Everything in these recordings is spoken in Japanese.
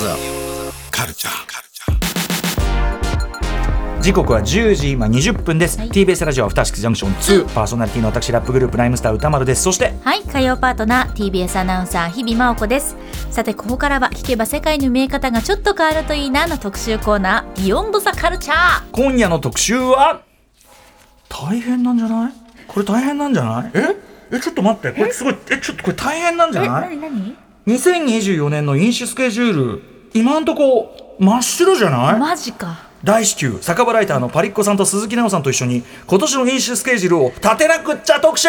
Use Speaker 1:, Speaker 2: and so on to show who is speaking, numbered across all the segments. Speaker 1: ザカルチャー
Speaker 2: 時刻は10時今20分です、
Speaker 3: はい
Speaker 2: TBS ラジオアフターシックスジャンクション2、パーソナリティの私ラップグループライムスター歌丸ですそして
Speaker 3: はい火曜パートナー TBS アナウンサー日々真央子ですさてここからは聞けば世界の見え方がちょっと変わるといいなの特集コーナービヨンドザカルチャー
Speaker 2: 今夜の特集は大変なんじゃないこれ大変なんじゃないええちょっと待ってこれすごいえちょっとこれ大変なんじゃない
Speaker 3: 何
Speaker 2: 2024年の飲酒スケジュール今んとこ真っ白じゃない、
Speaker 3: マジか
Speaker 2: 大至急酒場ライターのパリッコさんと鈴木奈緒さんと一緒に今年の飲酒スケジュールを立てなくっちゃ特集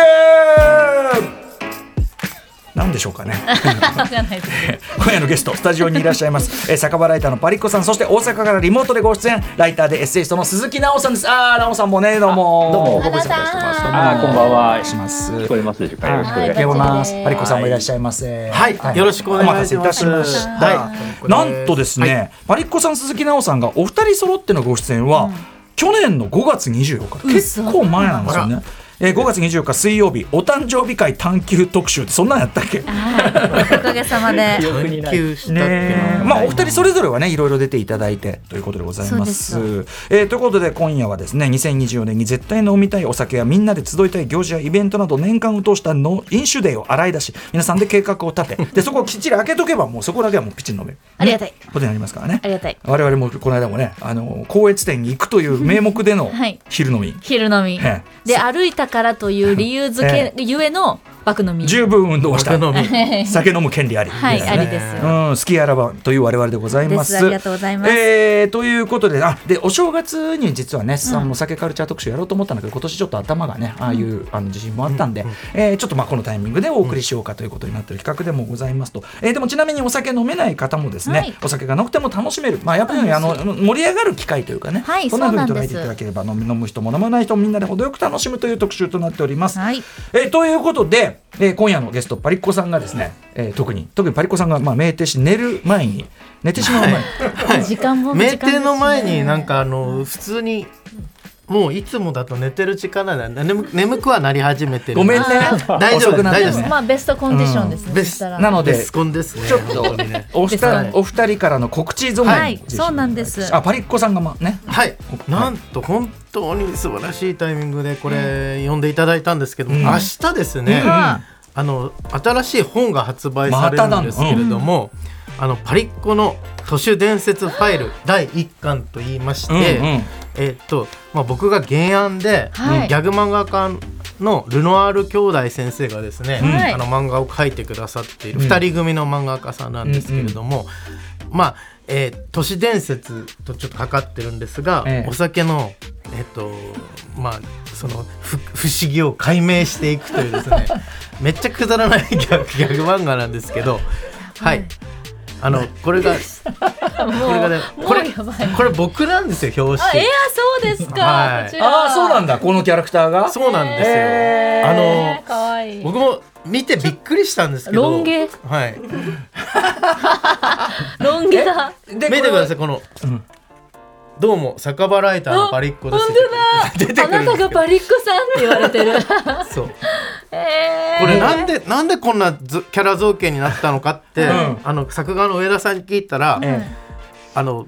Speaker 2: なんでしょうかね
Speaker 3: わかんないです
Speaker 2: 今夜のゲストスタジオにいらっしゃいます、えー、酒場ライターのパリッコさんそして大阪からリモートでご出演ライターでエッセイストの鈴木奈緒さんですあー奈緒さんもねどうも
Speaker 4: あどうも
Speaker 2: ご無沙汰してます
Speaker 4: あーこんばんは。
Speaker 2: します
Speaker 4: 聞こえますでしょうか。よろしくお
Speaker 2: は
Speaker 4: 願
Speaker 2: い
Speaker 4: い
Speaker 2: よろ
Speaker 4: しま
Speaker 2: し
Speaker 4: す。
Speaker 2: くお願いします。パリ
Speaker 3: はい
Speaker 2: コさんもいらっしゃいませ。
Speaker 5: はいよろしくお願いします
Speaker 2: お待たせいたしました。
Speaker 5: は
Speaker 2: なんとですね、パリコさん鈴木奈緒さんがお二人揃ってのご出演は、去年の5月24日、結構前なんですよね。えー5月24日水曜日お誕生日会探求特集ってそんなんやったっけ
Speaker 3: はいおかげさま で
Speaker 4: 記憶にない。
Speaker 5: 急したっていうの
Speaker 2: ね
Speaker 5: は
Speaker 2: まあお二人それぞれはねいろいろ出ていただいてということでございます
Speaker 3: そう
Speaker 2: えーということで今夜はですね2024年に絶対飲みたいお酒やみんなで集いたい行事やイベントなど年間を通したの飲酒デーを洗い出し皆さんで計画を立 てでそこをきっちり開けとけばもうそこだけはもうピチン飲める
Speaker 3: ありがたい
Speaker 2: ことになりますからね
Speaker 3: ありがたい
Speaker 2: 我々もこの間もねあの高越店に行くという名目での
Speaker 3: はい
Speaker 2: 昼飲み
Speaker 3: 昼飲み
Speaker 2: え
Speaker 3: で歩いたからという理由付けゆえの爆飲み
Speaker 2: 十分運動をした
Speaker 5: 酒飲み
Speaker 2: 酒飲む権利あり
Speaker 3: はい
Speaker 2: みた
Speaker 3: あ
Speaker 2: いな
Speaker 3: り
Speaker 2: ね
Speaker 3: ですよ
Speaker 2: うん、好きあらばという我々でございます。
Speaker 3: ですありがとうございます
Speaker 2: えーということで、あでお正月に実はね、さん、お酒カルチャー特集やろうと思ったんだけど、今年ちょっと頭がね、ああいう、あの自信もあったんで、えーちょっとまあこのタイミングでお送りしようかということになってる企画でもございますと、えーでもちなみにお酒飲めない方もですね、
Speaker 3: はい
Speaker 2: お酒がなくても楽しめる、まあ、やっぱりあの盛り上がる機会というかね、
Speaker 3: はい
Speaker 2: そんなふうに
Speaker 3: そ
Speaker 2: 捉
Speaker 3: うなん
Speaker 2: え
Speaker 3: です
Speaker 2: ていただければ、飲み飲む人も飲まない人もみんなで程よく楽しむという特集となっております。
Speaker 3: はい
Speaker 2: えーということで、えー今夜のゲストパリッコさんがですね、えー特に特にパリッコさんがまあ酩酊し寝る前に寝てしまう前に、
Speaker 3: 時間も
Speaker 5: 名
Speaker 3: 時間ですね
Speaker 5: 店の前になんかあの普通にもういつもだと寝てる時間なんで眠く眠くはなり始めてる。
Speaker 2: ごめんね
Speaker 5: 大丈
Speaker 2: 遅く
Speaker 5: 夫
Speaker 2: なって
Speaker 3: で
Speaker 5: 大丈夫です
Speaker 3: も
Speaker 2: ね
Speaker 3: まあベストコンディションですね
Speaker 5: ベ
Speaker 3: そし
Speaker 5: ス
Speaker 3: たら
Speaker 2: なの
Speaker 5: ベ
Speaker 2: で
Speaker 5: スコンですね。
Speaker 2: ちょっと
Speaker 5: 本当にね
Speaker 2: お二
Speaker 3: ですから
Speaker 2: 人お二人からの告知ゾーン
Speaker 3: はい
Speaker 2: にぜひ
Speaker 3: そうなんです
Speaker 2: あパリッコさんがまあね
Speaker 5: はい、なんと本当に素晴らしいタイミングでこれ呼んでいただいたんですけども、
Speaker 2: うん
Speaker 5: 明日ですね、
Speaker 2: うん
Speaker 5: あの新しい本が発売されるんですけれども、あのパリッコの都市伝説ファイル第1巻といいまして、
Speaker 2: うんうん
Speaker 5: えっとまあ、僕が原案で、
Speaker 3: はい
Speaker 5: ギャグ漫画家のルノアール兄弟先生がですね、
Speaker 3: はい
Speaker 5: あの漫画を描いてくださっている2人組の漫画家さんなんですけれども、まあ、えー都市伝説とちょっとかかってるんですが、
Speaker 2: ええ
Speaker 5: お酒のえっとまあそのふ不思議を解明していくというです ねめっちゃくだらないギャグギャグ漫画なんですけどはいあの これがこれがね
Speaker 3: もう
Speaker 5: これ
Speaker 3: もうやばい
Speaker 5: これ僕なんですよ表
Speaker 3: あ
Speaker 5: 紙
Speaker 3: えー。そうですか
Speaker 5: はい
Speaker 3: こちら
Speaker 2: ああそうなんだこのキャラクターが
Speaker 5: そうなんですよ。
Speaker 2: へー
Speaker 5: あ
Speaker 3: え
Speaker 5: の
Speaker 3: ーかわいい
Speaker 5: 僕も見てびっくりしたんですけど。
Speaker 3: ロン毛
Speaker 5: はい。
Speaker 3: ロン毛だ
Speaker 2: で
Speaker 5: 見てくださ
Speaker 2: い
Speaker 5: いこの。
Speaker 2: ん
Speaker 5: どうも酒場ライターのパリッコです。
Speaker 3: 本当だ
Speaker 5: 出て
Speaker 3: あ
Speaker 5: くる
Speaker 3: なん
Speaker 5: で
Speaker 3: た
Speaker 5: す
Speaker 3: が
Speaker 5: けど
Speaker 3: パリッコさんって言われて る
Speaker 5: そう。
Speaker 3: えー
Speaker 5: これなんでなんでこんなずキャラ造形になったのかって、
Speaker 2: うん
Speaker 5: あの作画の上田さんに聞いたら、
Speaker 2: え
Speaker 5: あの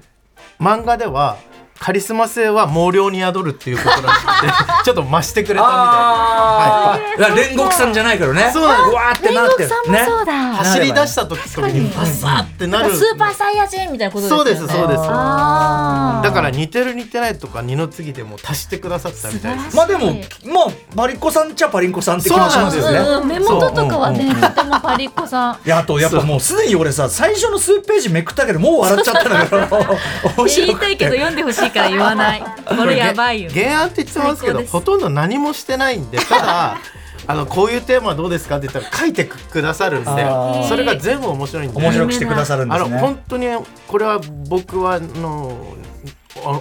Speaker 5: 漫画では。カリスマ性は毛量に宿るっていうことらしくて ちょっと増してくれたみたい
Speaker 2: ああ、だから煉獄さんじゃないからね
Speaker 5: そうなんです
Speaker 2: わーって
Speaker 3: 煉
Speaker 2: なっ
Speaker 3: 獄
Speaker 2: てる
Speaker 3: さんもそうだ、
Speaker 5: な走り出した時とかにパサーってなる
Speaker 3: スーパーサイヤ人みたいなことですよ
Speaker 5: そう
Speaker 3: ね
Speaker 5: ですそうです
Speaker 3: あー
Speaker 5: だから似てる似てないとか二の次でも足してくださったみ たいです。
Speaker 2: まあでもまあパリッコさんっちゃパリッコさんって気もしますよ
Speaker 5: そう
Speaker 2: ね
Speaker 3: う
Speaker 5: なんです
Speaker 3: んうん、目元とかはね、
Speaker 2: そう
Speaker 3: とてもパリッコさん
Speaker 2: いやあとやっぱもうすでに俺さ最初の数ページめくったけどもう笑っちゃったんだから面
Speaker 3: 言
Speaker 2: 白
Speaker 3: い
Speaker 2: くて
Speaker 3: たいけど読んでほしいから言わ ないこれやばいよ
Speaker 5: げ原案って言ってますけ
Speaker 3: 最高
Speaker 5: ど
Speaker 3: です
Speaker 5: ほとんど何もしてないんでただあのこういうテーマどうですかって言ったら書いてくださるんで
Speaker 2: あ
Speaker 3: ー
Speaker 5: それが全部面白いんで
Speaker 2: 面白くしてくださるんで
Speaker 5: あ
Speaker 2: す
Speaker 5: の
Speaker 2: ね
Speaker 5: 本当にこれは僕はあの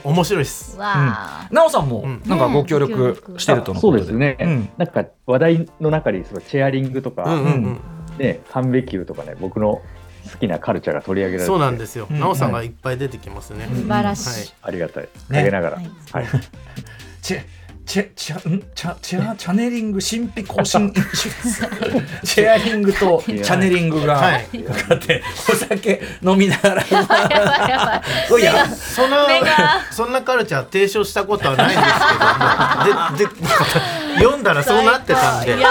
Speaker 5: お面白いです。
Speaker 3: わあ、
Speaker 2: なおさんも
Speaker 5: うん
Speaker 2: なんかご協力してるとのこ
Speaker 4: そう
Speaker 2: と
Speaker 4: ですね。
Speaker 2: うん
Speaker 4: なんか話題の中にそのチェアリングとか、
Speaker 5: うんうん
Speaker 4: ね三ベキューとかね僕の好きなカルチャーが取り上げ
Speaker 5: うん、
Speaker 4: られて
Speaker 5: そうなんですよ。
Speaker 2: うん
Speaker 5: なおさんがいっぱい出てきますね。
Speaker 2: うん
Speaker 3: 素晴らしい、
Speaker 4: ありがたい。
Speaker 2: ね
Speaker 4: あげながら、
Speaker 3: はい
Speaker 4: はい。
Speaker 2: チェチェチャんチャチャチャネリング神秘更新チェアリングとチャネリングが
Speaker 5: はい
Speaker 2: かかって、お酒飲みながら
Speaker 3: やばいやばい
Speaker 2: そういや
Speaker 5: そんな
Speaker 3: 目が
Speaker 5: そんなカルチャー提唱したことはないんですけどもでで読んだらそうなってたんで
Speaker 3: いや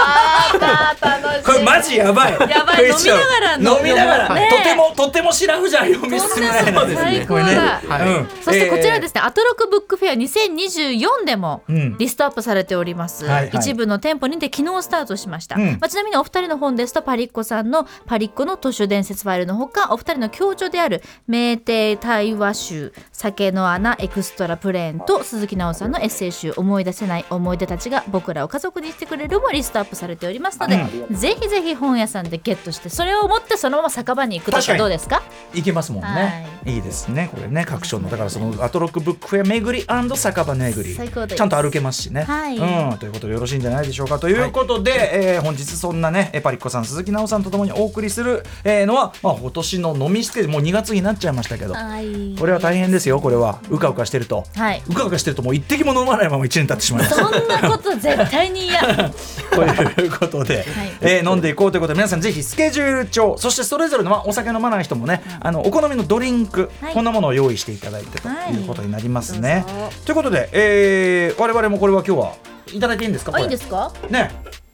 Speaker 3: ー楽しい
Speaker 2: これマジやばい
Speaker 3: やばい
Speaker 2: これちょっ
Speaker 3: 飲みながらの
Speaker 2: 飲みながら、
Speaker 3: ねえ
Speaker 2: とてもとても白フじゃ読み進めない
Speaker 3: そうですね最高だ
Speaker 2: これ
Speaker 5: はい
Speaker 2: うん
Speaker 3: そしてこちら
Speaker 2: え
Speaker 3: で
Speaker 2: ー
Speaker 3: すね、アトロクブックフェア2024でも
Speaker 2: うん
Speaker 3: リストアップされております、
Speaker 2: はいはい
Speaker 3: 一部の店舗にて昨日スタートしました、
Speaker 2: うん
Speaker 3: まあ、ちなみにお二人の本ですとパリッコさんの「パリッコの図書伝説ファイル」のほかお二人の協調である「名亭対話集」「酒の穴エクストラプレーン」と鈴木奈緒さんのエッセイ集「思い出せない思い出たちが僕らを家族にしてくれる」もリストアップされておりますので、ぜひぜひ本屋さんでゲットしてそれを持ってそのまま酒場に行くと
Speaker 2: 確か
Speaker 3: か
Speaker 2: に
Speaker 3: どうですか
Speaker 2: いけますもんね、い、いですねこれね各所のだからそのアトロックブックフェア巡り酒場巡り
Speaker 3: 最高です
Speaker 2: ちゃんと歩けますしね、
Speaker 3: はい
Speaker 2: うん、ということでよろしいんじゃないでしょうかということで、えー本日そんなねえパリッコさん鈴木奈緒さんとともにお送りする、えーのは、まあ、今年の飲みスケジュールもう2月になっちゃいましたけど
Speaker 3: はい
Speaker 2: これは大変ですよこれはうかうかしてると、
Speaker 3: はいう
Speaker 2: かうかしてるともう一滴も飲まないまま1年経ってしまいます
Speaker 3: そんなこと絶対に嫌
Speaker 2: ということで、えー飲んでいこうということで皆さんぜひスケジュール帳そしてそれぞれの、まあ、お酒飲まない人もねあのお好みのドリンク、
Speaker 3: はい
Speaker 2: こんなものを用意していただいてと
Speaker 3: はい
Speaker 2: いうことになりますね。
Speaker 3: どうぞ
Speaker 2: ということで、えー、我々もこれは今日はいただいていいんですかこ
Speaker 3: あ
Speaker 2: れ
Speaker 3: いいですか
Speaker 2: ね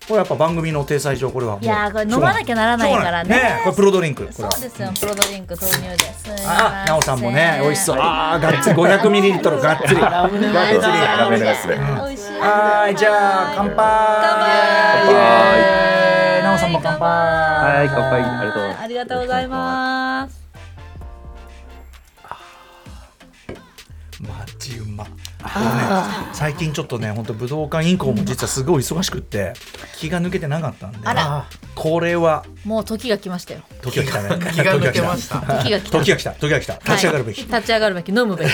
Speaker 2: これやっぱ番組の体裁上これはもう
Speaker 3: いやーこれ飲まなきゃならないからね
Speaker 2: しょうがないこれプロドリンクこれ
Speaker 3: そ
Speaker 2: は
Speaker 3: うですよプロドリンク投入ですすいません
Speaker 2: あなおさんもね美味しそうあーがっつり500ミリリットルがっつりは
Speaker 4: ラーメンラーメンですね。
Speaker 3: 美味しい
Speaker 2: ーいじゃあ乾杯
Speaker 3: 乾
Speaker 2: イエーイなおさんも乾杯
Speaker 4: はい、乾杯、ありがとうございます。
Speaker 3: ありがとうございます
Speaker 2: マジうま、あね、最近ちょっとね本当武道館以降も実はすごい忙しくって気が抜けてなかったんで
Speaker 3: あら
Speaker 5: あ
Speaker 2: これは
Speaker 3: もう時が来ましたよ
Speaker 2: 時が来たね
Speaker 5: 気が抜けました
Speaker 3: 時が来た
Speaker 2: 時が来た時が来た立ち上がるべき、
Speaker 3: はい立ち上がるべき飲 むべき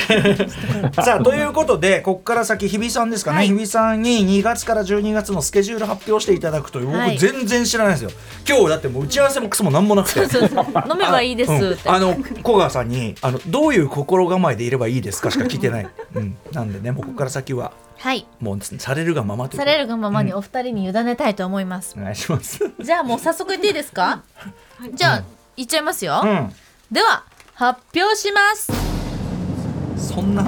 Speaker 2: さあということでここから先日比さんですかね、
Speaker 3: はい
Speaker 2: 日比さんに2月から12月のスケジュール発表していただくという僕
Speaker 3: はい
Speaker 2: 全然知らないですよ今日だってもう打ち合わせもクソもなんもなくて
Speaker 3: そうそう飲めばいいですって
Speaker 2: うんあの小川さんにあのどういう心構えでいればいいですかしか聞いてない、うん、なんでねもうここから先は
Speaker 3: はい
Speaker 2: もうされるがままという
Speaker 3: さ
Speaker 2: ことで
Speaker 3: れるがままにお二人に委ねたいと思います
Speaker 2: お願いします
Speaker 3: じゃあもう早速言っていいですかじゃあ言っちゃいますよ
Speaker 2: うん
Speaker 3: では発表します
Speaker 2: そんな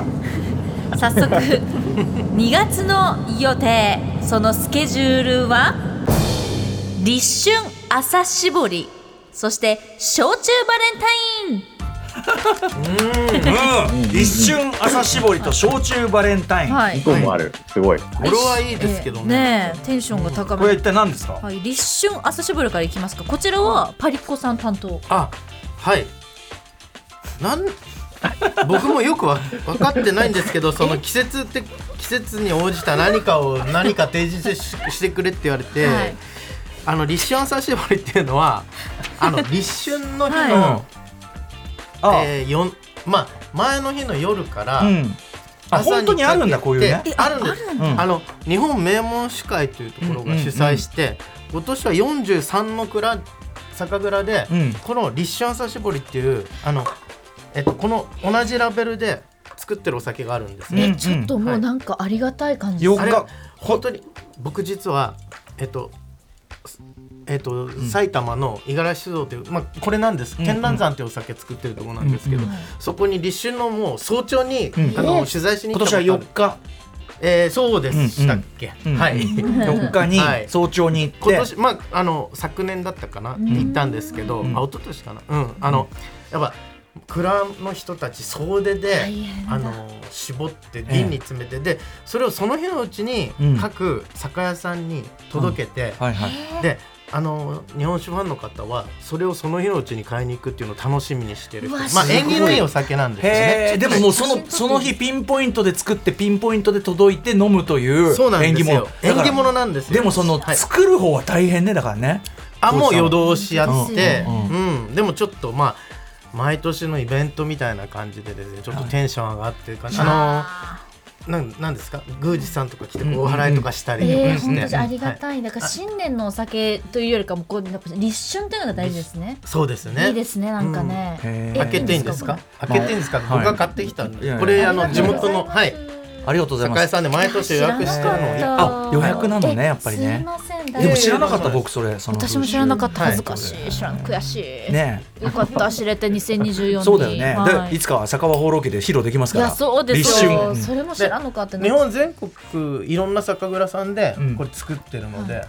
Speaker 3: 早 速2月の予定そのスケジュールは立春朝絞りそして焼酎バレンタイン
Speaker 2: うん立春朝絞りと焼酎バレンタイン、
Speaker 3: はい
Speaker 4: 一個もある。すごい。
Speaker 5: 語呂はいいですけどね、
Speaker 3: ねえテンションが高
Speaker 2: これ
Speaker 3: め
Speaker 2: 一体何ですか、
Speaker 3: はい、立春朝絞りからいきますかこちらはパリッコさん担当
Speaker 5: あはいなん僕もよくわ分かってないんですけどその季節って季節に応じた何かを何か提示ししてくれって言われて、
Speaker 3: はい
Speaker 5: あの立春朝絞りっていうのは あの立春の日
Speaker 3: はい
Speaker 5: の、
Speaker 2: あ、
Speaker 5: えーよんまあ前の日の夜から、
Speaker 2: うんあ
Speaker 5: 朝
Speaker 2: 本当にあるんだ
Speaker 5: かけて
Speaker 2: こういうね
Speaker 3: え
Speaker 5: あるんです
Speaker 3: ある
Speaker 5: あ
Speaker 3: ん
Speaker 2: だ
Speaker 5: の日本名門酒会というところが主催して、今年は43の蔵酒蔵で、
Speaker 2: うん
Speaker 5: この立春朝搾りっていうあの、えっと、この同じラベルで作ってるお酒があるんですね、
Speaker 2: うん
Speaker 3: ちょっともうなんかありがたい感じ、
Speaker 2: よ
Speaker 5: あれ
Speaker 2: が
Speaker 5: 本当に僕実はえっとすえっと、埼玉の五十嵐酒造という、まあ、これなんです
Speaker 2: ん
Speaker 5: 天覧山っていうお酒作ってるところなんですけど、そこに立春のもう早朝に、
Speaker 2: うん
Speaker 5: あ
Speaker 3: え
Speaker 5: の
Speaker 3: ー
Speaker 5: 取材しに
Speaker 2: 今
Speaker 5: 行っ
Speaker 2: 年は
Speaker 5: たことある
Speaker 2: 4日、
Speaker 5: えー、そうでしたっけ、
Speaker 2: うんうん
Speaker 5: はい
Speaker 2: 4日に
Speaker 5: はい
Speaker 2: 早朝に行って、
Speaker 5: 今年まああの昨年だったかな、
Speaker 3: ん
Speaker 5: 行ったんですけど、
Speaker 2: ん
Speaker 5: あ一昨年かなうんあの、やっぱ蔵の人たち総出で
Speaker 3: 大変だ
Speaker 5: あの絞って瓶に詰めて、でそれをその日のうちに
Speaker 2: うん
Speaker 5: 各酒屋さんに届けて、
Speaker 2: はいはい
Speaker 5: であの日本酒ファンの方はそれをその日のうちに買いに行くっていうのを楽しみにしてる人
Speaker 3: うわ
Speaker 5: まあ
Speaker 3: すごい
Speaker 5: 縁起のいいお酒なんですよね。
Speaker 2: へえでももうそのその日ピンポイントで作ってピンポイントで届いて飲むという
Speaker 5: そうなん
Speaker 2: 縁
Speaker 5: で
Speaker 2: 起
Speaker 5: す
Speaker 2: 物
Speaker 5: よ
Speaker 2: だ
Speaker 5: 縁
Speaker 2: から
Speaker 5: 起物なんですよ
Speaker 2: でもその、
Speaker 5: はい
Speaker 2: 作る方は大変ねだからね
Speaker 5: あもう夜通しやって、
Speaker 2: う
Speaker 5: うんんでもちょっとまあ毎年のイベントみたいな感じでですねちょっとテンション上がってる感じ、あのーなんなんですか宮司さんとか来て
Speaker 2: んうんうん
Speaker 5: お祓いとかしたりと
Speaker 3: え
Speaker 5: か
Speaker 3: ー、
Speaker 5: して、
Speaker 3: 本当にありが
Speaker 5: はい
Speaker 3: たい、だから新年のお酒というよりかもこうやっぱ立春というのが大事ですね
Speaker 5: そうですね
Speaker 3: いいですねなんかね、
Speaker 2: うんへー
Speaker 3: え
Speaker 5: 開けていいんですか
Speaker 3: こ
Speaker 5: 開けていいんですか、
Speaker 2: まあ
Speaker 5: 僕が買ってきた
Speaker 2: い
Speaker 5: ん
Speaker 2: やい
Speaker 5: で
Speaker 2: や
Speaker 5: これ
Speaker 3: れ
Speaker 5: あの地元のはい
Speaker 3: ありがとうございます
Speaker 2: ありがとうございます。
Speaker 5: 酒井さんで毎年予約してる
Speaker 3: 知ら
Speaker 5: の
Speaker 3: なか
Speaker 5: あ
Speaker 3: っ
Speaker 2: あ
Speaker 3: た
Speaker 2: 予約なのねやっぱり
Speaker 3: えすい
Speaker 2: ね。
Speaker 3: ません
Speaker 2: でも知らなかっ
Speaker 5: いやいや
Speaker 2: た
Speaker 5: いや
Speaker 2: 僕それその風
Speaker 3: 私
Speaker 2: 習
Speaker 3: も知らなかった
Speaker 5: はい
Speaker 3: 恥ずかしい、知らん悔しい、
Speaker 2: ね
Speaker 3: よかった知れて2024
Speaker 2: え
Speaker 3: に
Speaker 2: そうだよね。
Speaker 3: はい
Speaker 2: でいつかは酒場放浪記で披露できます
Speaker 3: い
Speaker 2: から。
Speaker 3: やそうです
Speaker 2: 立春
Speaker 3: よそれも知らぬかってな
Speaker 5: 日本全国いろんな酒蔵さんで
Speaker 2: うん
Speaker 5: これ作ってるので、
Speaker 2: はい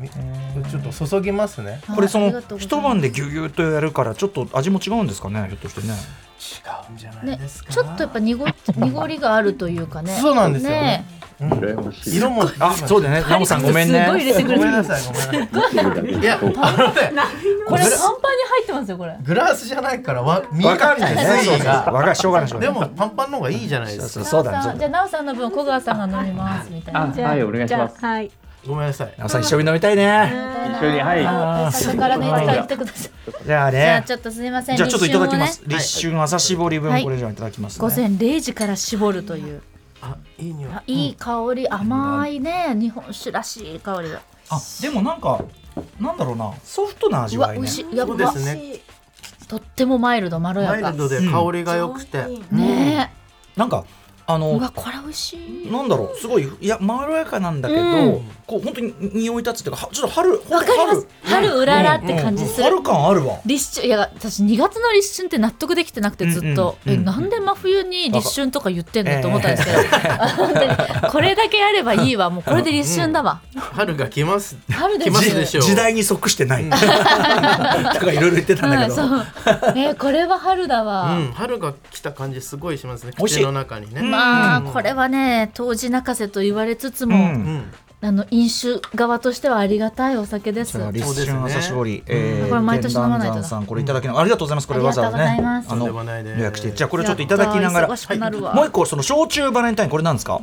Speaker 5: みちょっと注ぎますね
Speaker 2: これそ
Speaker 3: ありが
Speaker 2: の
Speaker 3: とうございま
Speaker 2: 一
Speaker 3: す
Speaker 2: 晩でぎゅうぎゅうとやるからちょっと味も違うんですかねひょっとしてね。
Speaker 5: 違うんじゃない
Speaker 3: ね
Speaker 5: ですか、
Speaker 3: ちょっとやっぱ濁っ濁りがあるというかね
Speaker 5: そうなんですよね
Speaker 3: ね
Speaker 5: うん
Speaker 4: 羨ましい。
Speaker 5: 色も
Speaker 2: あそうだよね。ナモさんごめん
Speaker 3: すごい入
Speaker 2: ね。
Speaker 3: れて
Speaker 5: ご
Speaker 3: く
Speaker 5: め
Speaker 3: れる
Speaker 5: んなさいごめんなさい
Speaker 4: 見てるだけでこう
Speaker 5: あのね
Speaker 3: これ
Speaker 5: これ
Speaker 3: パンパンに入ってますよこれ
Speaker 5: グラスじゃないからわ見
Speaker 2: わかんないね。
Speaker 5: 水
Speaker 2: そう
Speaker 5: 位
Speaker 2: そうわ
Speaker 5: が
Speaker 2: かんしょうがないしょうが
Speaker 5: で
Speaker 2: ない。
Speaker 5: もパンパンの方がいいじゃないで
Speaker 2: そう
Speaker 5: す
Speaker 2: そ
Speaker 5: か
Speaker 2: うそうだね。そう
Speaker 3: じゃ
Speaker 2: だ
Speaker 3: あ
Speaker 2: ね
Speaker 3: 奈緒さんの分小川さんが飲みますみたい
Speaker 4: あ、
Speaker 3: な
Speaker 4: はい、お願いします。
Speaker 6: じゃあはい。
Speaker 5: ごめんなさい
Speaker 2: ナモさん一緒に飲みたいね。
Speaker 4: 一緒に、はい。
Speaker 2: あー
Speaker 3: 酒からねいつか行ってください
Speaker 2: じゃあ
Speaker 3: じゃあ
Speaker 2: ね。
Speaker 3: ちょっとすみません
Speaker 2: じゃあちょっといただきま
Speaker 3: 立
Speaker 2: す。立春朝搾り
Speaker 3: は
Speaker 2: 分
Speaker 3: い
Speaker 2: これじゃあいただきます
Speaker 3: 春を
Speaker 2: ね。
Speaker 3: ね午前0時から絞るという
Speaker 5: あいい匂い
Speaker 3: あいい香り甘いね日本酒らしい香りが
Speaker 2: あでもなんかなんだろうなソフトな味
Speaker 3: うわ
Speaker 2: わ
Speaker 3: 美
Speaker 2: いね
Speaker 3: 味。しいや
Speaker 5: そう
Speaker 3: ば
Speaker 5: ですね
Speaker 3: とってもマイルドまろ
Speaker 5: マ
Speaker 3: や
Speaker 5: イ
Speaker 3: か
Speaker 5: ルドで香りが良くて、
Speaker 3: ね
Speaker 2: なんかあ
Speaker 3: えう
Speaker 2: の
Speaker 3: わこれ美味しい
Speaker 2: なんだろうすごいいやまろやかなんだけど、
Speaker 3: うん
Speaker 2: こう本当に匂い立つっていうかはちょっと春
Speaker 3: わ
Speaker 2: 本
Speaker 3: か
Speaker 2: 当
Speaker 3: ります春うららって感じする
Speaker 2: 春感あるわ
Speaker 3: 立春いや私2月の立春って納得できてなくてずっと、
Speaker 2: うんうんうん
Speaker 3: えなんで真冬に立春とか言ってんのって思ったんですけど、本当にこれだけやればいいわもうこれで立春だわ、
Speaker 5: 春が来ます
Speaker 3: 春で
Speaker 5: 来ますで
Speaker 3: し
Speaker 5: しょう
Speaker 2: 時代に即してない、 とかいろいろ言ってたんだけ ど、
Speaker 3: そうえこれは春だ
Speaker 5: う
Speaker 3: わ、
Speaker 5: ん、春が来た感じすごいしますね
Speaker 2: 美味しい
Speaker 5: 口の中にね、
Speaker 3: まあ
Speaker 5: うん
Speaker 3: これはね当時泣かせと言われつつも、
Speaker 2: うん
Speaker 5: うん
Speaker 3: あの飲酒側としてはありがたいお酒です
Speaker 2: それは立春朝搾り、え
Speaker 3: これ毎年飲まないとな
Speaker 2: 天壇さんこれいただきながらありがとうございますこれわざわざ
Speaker 3: あり
Speaker 2: ね
Speaker 3: がと
Speaker 5: うございますとんでも
Speaker 2: の
Speaker 5: ないです
Speaker 2: 予約してじゃあこれちょっといただきながら
Speaker 3: やったー忙しくなるわ、
Speaker 2: もう一個その焼酎バレンタインこれなんですか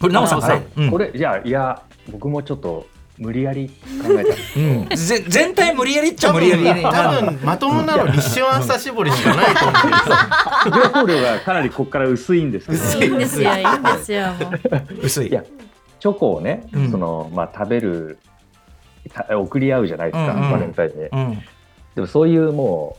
Speaker 2: これ奈緒さんか
Speaker 4: は
Speaker 2: ら、
Speaker 4: い、
Speaker 2: うん
Speaker 4: これ、じゃあ、いや、僕もちょっと無理やり考えた。
Speaker 2: うん、ぜ全体無理やりっちゃ
Speaker 5: 多
Speaker 2: 無理やり
Speaker 5: 分多分まともなの立春朝絞りしかないと思うんですよ
Speaker 4: 情報量がかなりここから薄いんですけど、
Speaker 5: 薄
Speaker 3: いいんですよいいんですよもう
Speaker 2: 薄い
Speaker 4: いやチョコをね、
Speaker 2: うん
Speaker 4: その、まあ、食べる。た送り合うじゃないですか、
Speaker 2: うんうん
Speaker 4: バレンタインで
Speaker 2: う。ん
Speaker 4: でも、そういうも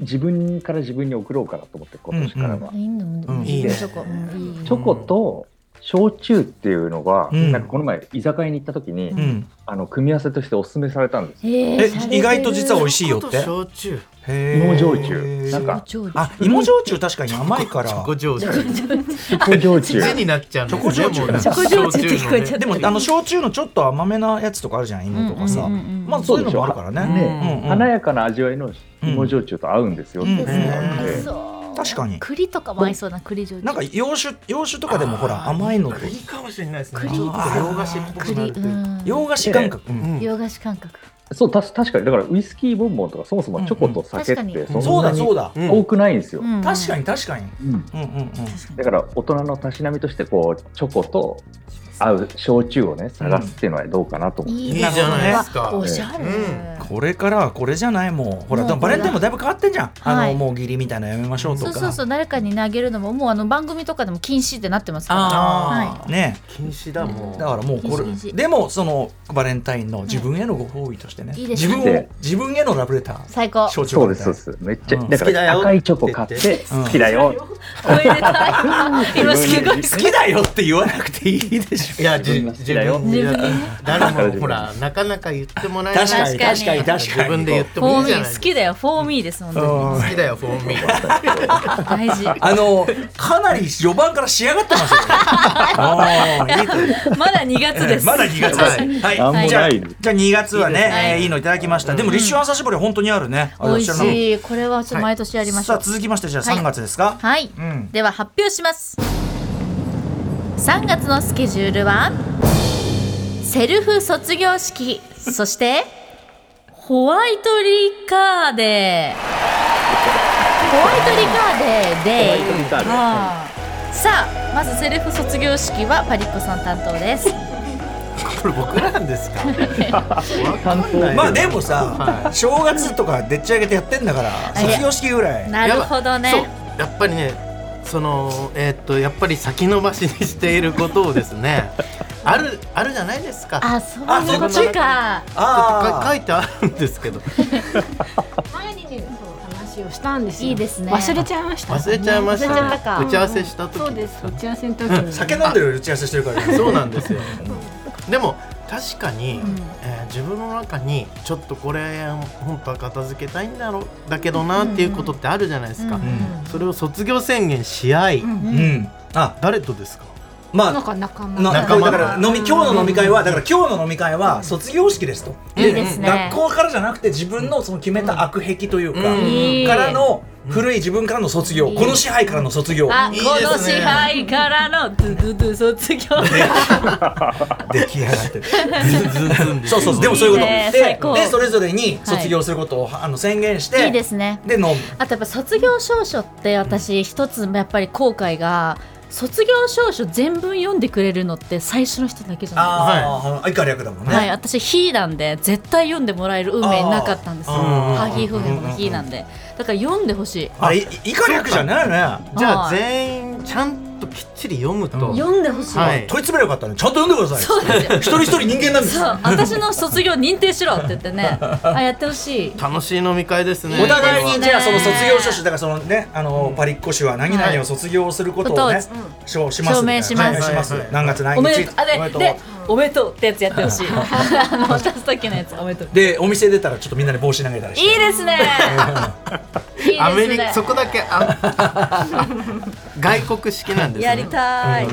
Speaker 4: う。自分から自分に送ろうかなと思って、今年からは。
Speaker 2: うん
Speaker 3: いいの、
Speaker 2: うん
Speaker 3: いいねチョコ、うん、いい
Speaker 4: チョコと焼酎っていうのが、
Speaker 2: うん
Speaker 4: なんかこの前居酒屋に行った時に、
Speaker 2: うん、
Speaker 4: あの組み合わせとしておすすめされたんですよ。
Speaker 3: え
Speaker 2: え意外と実は美味しいよって
Speaker 5: チョコと焼酎
Speaker 2: へー
Speaker 4: 芋焼酎なんか
Speaker 3: 超
Speaker 2: あ芋焼酎確かに甘いから
Speaker 5: チョコ焼酎
Speaker 4: チョコ焼酎
Speaker 5: 字になっちゃうんですね
Speaker 2: チョコ焼酎
Speaker 5: もうね
Speaker 2: チ
Speaker 3: ョコ焼酎って聞こえちゃう
Speaker 2: でもあの焼酎のちょっと甘めなやつとかあるじゃん芋とかさ、
Speaker 3: うんうんうんうん
Speaker 2: まあそういうのもあるからね
Speaker 4: ね、
Speaker 2: うんうん
Speaker 4: 華やかな味わいの芋焼酎と合うんですよっていうのがあって、
Speaker 2: うん
Speaker 3: そう
Speaker 2: 確かに
Speaker 3: 栗とかも合いそうな栗焼酎
Speaker 2: なんか洋酒洋酒とかでもほら甘いのと
Speaker 5: 栗かもしれないですね
Speaker 3: 栗
Speaker 5: ちょっと洋菓子っぽくな
Speaker 3: 栗
Speaker 5: ると
Speaker 3: う
Speaker 5: いうか
Speaker 3: ん
Speaker 2: 洋菓子感覚、うん
Speaker 5: うん
Speaker 3: 洋菓子感覚
Speaker 4: そうた確かにだからウイスキーボンボンとかそもそもチョコと酒っ
Speaker 3: うんうん
Speaker 4: て
Speaker 3: 確かに
Speaker 4: そ
Speaker 2: そうん
Speaker 4: な
Speaker 2: だ
Speaker 4: に
Speaker 2: そうだ、
Speaker 5: うん
Speaker 4: 多くないんですよ、
Speaker 2: 確か
Speaker 3: に
Speaker 2: に確かに
Speaker 4: う
Speaker 2: う
Speaker 4: ん
Speaker 2: んうんうん
Speaker 4: だから大人のたしなみとしてこうチョコと合う焼酎をね探すっていうのはどうかなと思って、
Speaker 3: い
Speaker 5: いいじゃないですか
Speaker 3: おしゃれ、
Speaker 5: うん
Speaker 2: これからはこれじゃないもうほら
Speaker 3: もう
Speaker 2: でもバレンタインもだいぶ変わってんじゃん、
Speaker 3: は
Speaker 2: あ
Speaker 3: い
Speaker 2: のもう義理みたいなのやめましょうと
Speaker 3: そ
Speaker 2: か
Speaker 3: うそうそう誰かにあげるのももうあの番組とかでも禁止ってなってますから
Speaker 5: あ
Speaker 3: は
Speaker 5: あ
Speaker 2: ね
Speaker 5: 禁止だも
Speaker 2: だ
Speaker 5: う
Speaker 2: からもうこ
Speaker 3: 禁止
Speaker 2: れでもそのバレンタインの自分へのご褒美としてね、
Speaker 3: いいです
Speaker 2: 自
Speaker 3: ね
Speaker 2: 分を自分へのラブレター
Speaker 3: 最高
Speaker 2: 焼酎
Speaker 4: そうです
Speaker 2: バレンタイン
Speaker 4: そうですめっちゃ、
Speaker 2: うん
Speaker 4: だか
Speaker 5: 好きだよ
Speaker 4: ら赤いチョコ買って
Speaker 2: うん
Speaker 4: 好きだよ、
Speaker 3: おめでた い今すごい
Speaker 2: 好きだよって言わなくていいでし
Speaker 5: いや
Speaker 4: 自
Speaker 5: じ
Speaker 4: 分が好
Speaker 5: 自
Speaker 4: きだよ
Speaker 5: 分で
Speaker 3: 自分
Speaker 5: 誰もほらなかなか言ってもらえ
Speaker 2: ょ
Speaker 5: ない
Speaker 2: 確かに確かに確かに
Speaker 5: 自分で言って
Speaker 3: フォ
Speaker 5: も
Speaker 3: ー
Speaker 5: いい
Speaker 3: ミ
Speaker 5: じゃない
Speaker 3: ー好きだよフォーミーです本当
Speaker 2: うん
Speaker 5: 好きだよフォーミー
Speaker 3: に大事
Speaker 2: あのかなり序盤から仕上がってますよね あーいいと
Speaker 3: まだ2月で す
Speaker 2: まだ2月です。はい、
Speaker 4: なんもない
Speaker 2: じゃあ、じゃあ2月はね、
Speaker 5: いい
Speaker 2: い
Speaker 5: ですね
Speaker 2: えーいいのいただきました。でも立春朝搾りは本当にあるね。あれ
Speaker 3: 美味
Speaker 2: 知らなかっ
Speaker 3: しいこれはちょっと毎年やり
Speaker 2: た
Speaker 3: まし
Speaker 2: さ
Speaker 3: ょ
Speaker 2: あ
Speaker 3: う
Speaker 2: 続きましてじゃあ
Speaker 3: はい
Speaker 2: 3月ですか。
Speaker 3: はい、
Speaker 2: うん
Speaker 3: では発表します3月のスケジュールはセルフ卒業式そしてホワイトリカーデーホワイトリカーデーデイ
Speaker 4: ギターで
Speaker 3: あーさあまずセルフ卒業式はパリッコさん担当です
Speaker 5: これ僕なんですか
Speaker 4: 担当
Speaker 2: まあでもさ
Speaker 5: は、
Speaker 2: 正月とかでっち上げてやってんだから、
Speaker 3: いや
Speaker 2: 卒業式ぐらい。
Speaker 3: なるほど
Speaker 5: そう
Speaker 3: ね
Speaker 5: やっぱりねそのえーっとやっぱり先延ばしにしていることをです ねあるあるじゃないですか
Speaker 3: あそういうこ
Speaker 5: あそ
Speaker 3: と
Speaker 5: っち
Speaker 3: か
Speaker 5: か書
Speaker 2: あ
Speaker 5: いてあるんですけど
Speaker 6: 前にね、そう話話をしたんですよ
Speaker 3: いいですね
Speaker 6: 忘れちゃいました
Speaker 5: 忘れちゃいまし
Speaker 3: 忘れちゃ
Speaker 5: た
Speaker 3: っ
Speaker 5: ね
Speaker 3: たか
Speaker 5: 打ち合わせした
Speaker 6: そう
Speaker 5: 時
Speaker 6: です打ち合わせの時
Speaker 5: う
Speaker 6: に
Speaker 2: 酒飲んでる打ち合わせしてるからね
Speaker 5: そうなんですよでも確かに、えー自分の中にちょっとこれ本当は片付けたいんだろうだけどなっていうことってあるじゃないですか、それを卒業宣言し合い、
Speaker 2: うんあ
Speaker 5: 誰とですか
Speaker 2: まあ
Speaker 6: なんか仲間
Speaker 2: な
Speaker 5: 仲間
Speaker 2: だから飲み今日の飲み会はだから今日の飲み会は卒業式ですと、
Speaker 3: いいですね
Speaker 2: 学校からじゃなくて自分のその決めた悪癖というか、
Speaker 5: うん
Speaker 3: いい
Speaker 2: からの古い自分からの卒業、
Speaker 3: いい
Speaker 2: この支配からの卒業
Speaker 3: あ、
Speaker 5: いいです
Speaker 3: こ
Speaker 5: ね
Speaker 3: の支配からのドゥドゥドゥ卒
Speaker 2: 出来上がってる
Speaker 3: 業
Speaker 5: ズンズンズン で
Speaker 2: そうそうそうでもそういうこと
Speaker 3: いいね
Speaker 2: で
Speaker 3: 最高
Speaker 2: でそれぞれに卒業することを、あの宣言して
Speaker 3: いいですね
Speaker 2: で飲む
Speaker 3: あとやっぱ卒業証書って私一つやっぱり後悔が卒業証書全文読んでくれるのって最初の人だけじゃない
Speaker 2: ああ、い、以下略だもんね、
Speaker 3: ですか、はい、私「非」なんで絶対読んでもらえる運命なかったんですよ
Speaker 2: あー
Speaker 3: ハギーフーヘンの「非」なんでだから読んでほしい
Speaker 2: あれい以下略じゃないよね
Speaker 5: じゃ
Speaker 3: は
Speaker 5: あ
Speaker 3: い
Speaker 5: 全員ちゃんときっちり読むと、
Speaker 3: 読んでほしい、
Speaker 5: はい
Speaker 2: 問い詰めればよかったねちゃんと読んでください
Speaker 3: そうですよ
Speaker 2: 一人一人人間なんです
Speaker 3: そう私の卒業認定しろって言ってねあやってほしい
Speaker 5: 楽しい飲み会ですね
Speaker 2: お互い
Speaker 3: いい
Speaker 2: に
Speaker 3: ね
Speaker 2: じゃあその卒業書士だからそのねあのパリッコ氏は何々を卒業することをね
Speaker 3: はい
Speaker 2: 証します
Speaker 3: 証明しま
Speaker 2: は
Speaker 3: す
Speaker 2: いします
Speaker 5: はい
Speaker 2: 何月何日
Speaker 3: おめでとうあで
Speaker 2: とう
Speaker 3: でおめでとうってやつやってほしいあの渡す時のやつおめでとう
Speaker 2: でお店出たらちょっとみんなで帽子投げたりして
Speaker 3: いいです ねいいですね
Speaker 5: アメリカそこだけあ 外国式なんですね
Speaker 3: やりたい、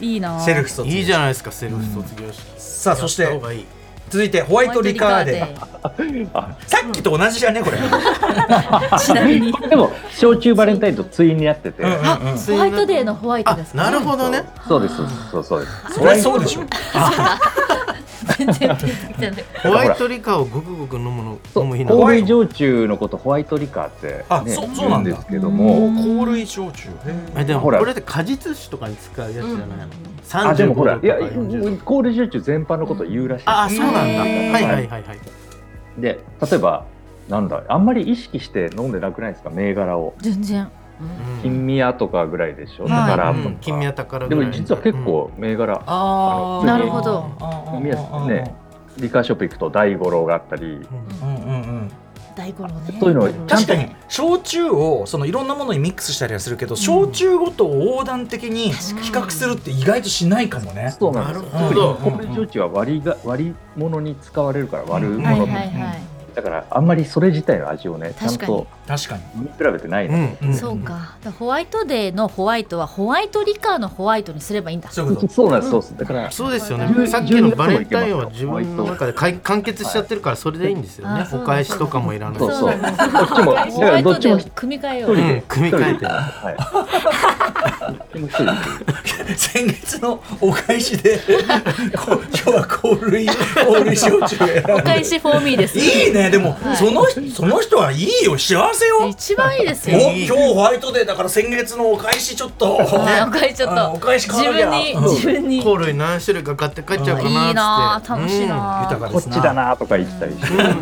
Speaker 3: いいな
Speaker 2: セルフ卒業
Speaker 5: いいじゃないですかセルフ卒業式、
Speaker 2: さあそし
Speaker 5: やった
Speaker 2: て
Speaker 5: 方がいい
Speaker 2: 続いてホワイトリカーデ
Speaker 3: ホワイトリ
Speaker 2: ーさっきと同じじゃねこれ
Speaker 3: ちなみに
Speaker 4: でも焼酎バレンタインと対にやってて、
Speaker 2: うんうんうん
Speaker 3: ホワイトデーのホワイト
Speaker 5: あ
Speaker 3: ですか
Speaker 5: なるほどね
Speaker 4: そうですそうですそうです
Speaker 2: そりゃそうでしょ
Speaker 3: 全然ピンときて ない
Speaker 5: ホワイトリカーをごくごく飲むの
Speaker 4: そう
Speaker 5: 飲む日なの
Speaker 4: 氷焼酎のことホワイトリカーって、ね、
Speaker 2: あそうそうなんだ
Speaker 4: 言ですけども
Speaker 2: 香類焼酎
Speaker 5: えでも
Speaker 4: ほら
Speaker 5: これって果実酒とかに使うやつじゃないの
Speaker 4: あで
Speaker 5: 35度と
Speaker 4: もほ
Speaker 5: から
Speaker 4: いや
Speaker 5: 40度
Speaker 4: 氷焼酎全般のことを言うらしいです
Speaker 5: あそうなんだは
Speaker 3: へー
Speaker 5: いはいはいはい
Speaker 4: で例えばなんだあんまり意識して飲んでなくないですか銘柄を
Speaker 3: 全然
Speaker 4: 金宮とかぐらいでしょ、
Speaker 3: ん
Speaker 4: 宝とか、
Speaker 5: うん金宮宝
Speaker 4: で
Speaker 5: ぐらい
Speaker 4: も実は結構銘柄、
Speaker 2: あ
Speaker 4: あの
Speaker 3: なるほど
Speaker 4: 宮ねリカーショップ行くと大五郎があったり
Speaker 5: うんうん
Speaker 2: うんうんうん
Speaker 3: 大五郎ね
Speaker 4: そういうのをちゃん
Speaker 2: 確
Speaker 4: と
Speaker 2: かに焼酎をそのいろんなものにミックスしたりはするけど、焼酎ごとを横断的に比較するって意外としないかもね。
Speaker 4: そうなんですよ
Speaker 5: なるほど
Speaker 4: 特にコンビニ焼酎は割りが割り物に使われるから割る
Speaker 3: は
Speaker 4: も
Speaker 3: い
Speaker 4: の、
Speaker 3: はいはい、
Speaker 4: だからあんまりそれ自体の味をねちゃん
Speaker 3: 確かに
Speaker 4: と
Speaker 2: 確かに。
Speaker 4: 見比べてないの、
Speaker 5: うん
Speaker 3: そうかだからホワイトデーのホワイトはホワイトリカーのホワイトにすればいいんだ
Speaker 2: そういうこと。
Speaker 4: そうなんですそうですだから
Speaker 5: そうですよ
Speaker 4: う
Speaker 5: ね
Speaker 4: ん
Speaker 5: さっきのバレンタインは自分の中でかい完結しちゃってるからそれでいいんですよね、
Speaker 3: あそう
Speaker 5: お返しとかもいらないし
Speaker 4: そうそう
Speaker 3: そうなん
Speaker 4: こっちもだ
Speaker 3: ホ
Speaker 4: か
Speaker 3: ワ
Speaker 4: ら
Speaker 3: イ
Speaker 4: ど
Speaker 3: ト
Speaker 4: っ
Speaker 3: デ
Speaker 4: ち
Speaker 3: ー
Speaker 4: も
Speaker 3: を
Speaker 4: 一
Speaker 3: 組み替えよ
Speaker 4: 人
Speaker 3: う
Speaker 4: で
Speaker 5: うん組み替えて
Speaker 4: はいどっちも一人で
Speaker 2: 先月のお返しで、 こ今日は香類香類焼酎選んで
Speaker 3: お返しフォーミーです
Speaker 2: いいね。でも、
Speaker 3: はい
Speaker 2: その人その人はいいよ幸せよ。
Speaker 3: 一番いいです
Speaker 2: お
Speaker 3: よ
Speaker 2: 今日ホワイトデーだから先月のお返しちょっと。
Speaker 3: はいお返しちょっ
Speaker 2: あ
Speaker 3: と
Speaker 2: お返し買
Speaker 3: 自
Speaker 2: わなきゃ
Speaker 3: 分に
Speaker 2: うん
Speaker 3: 自分に
Speaker 5: コールに何種類か買って帰っちゃうかなっつって
Speaker 3: いいなあ楽しいなあ
Speaker 2: 豊か
Speaker 4: こ
Speaker 2: で
Speaker 4: っ
Speaker 2: す
Speaker 4: ち
Speaker 2: な。
Speaker 4: だなとか言ったりして、
Speaker 2: 楽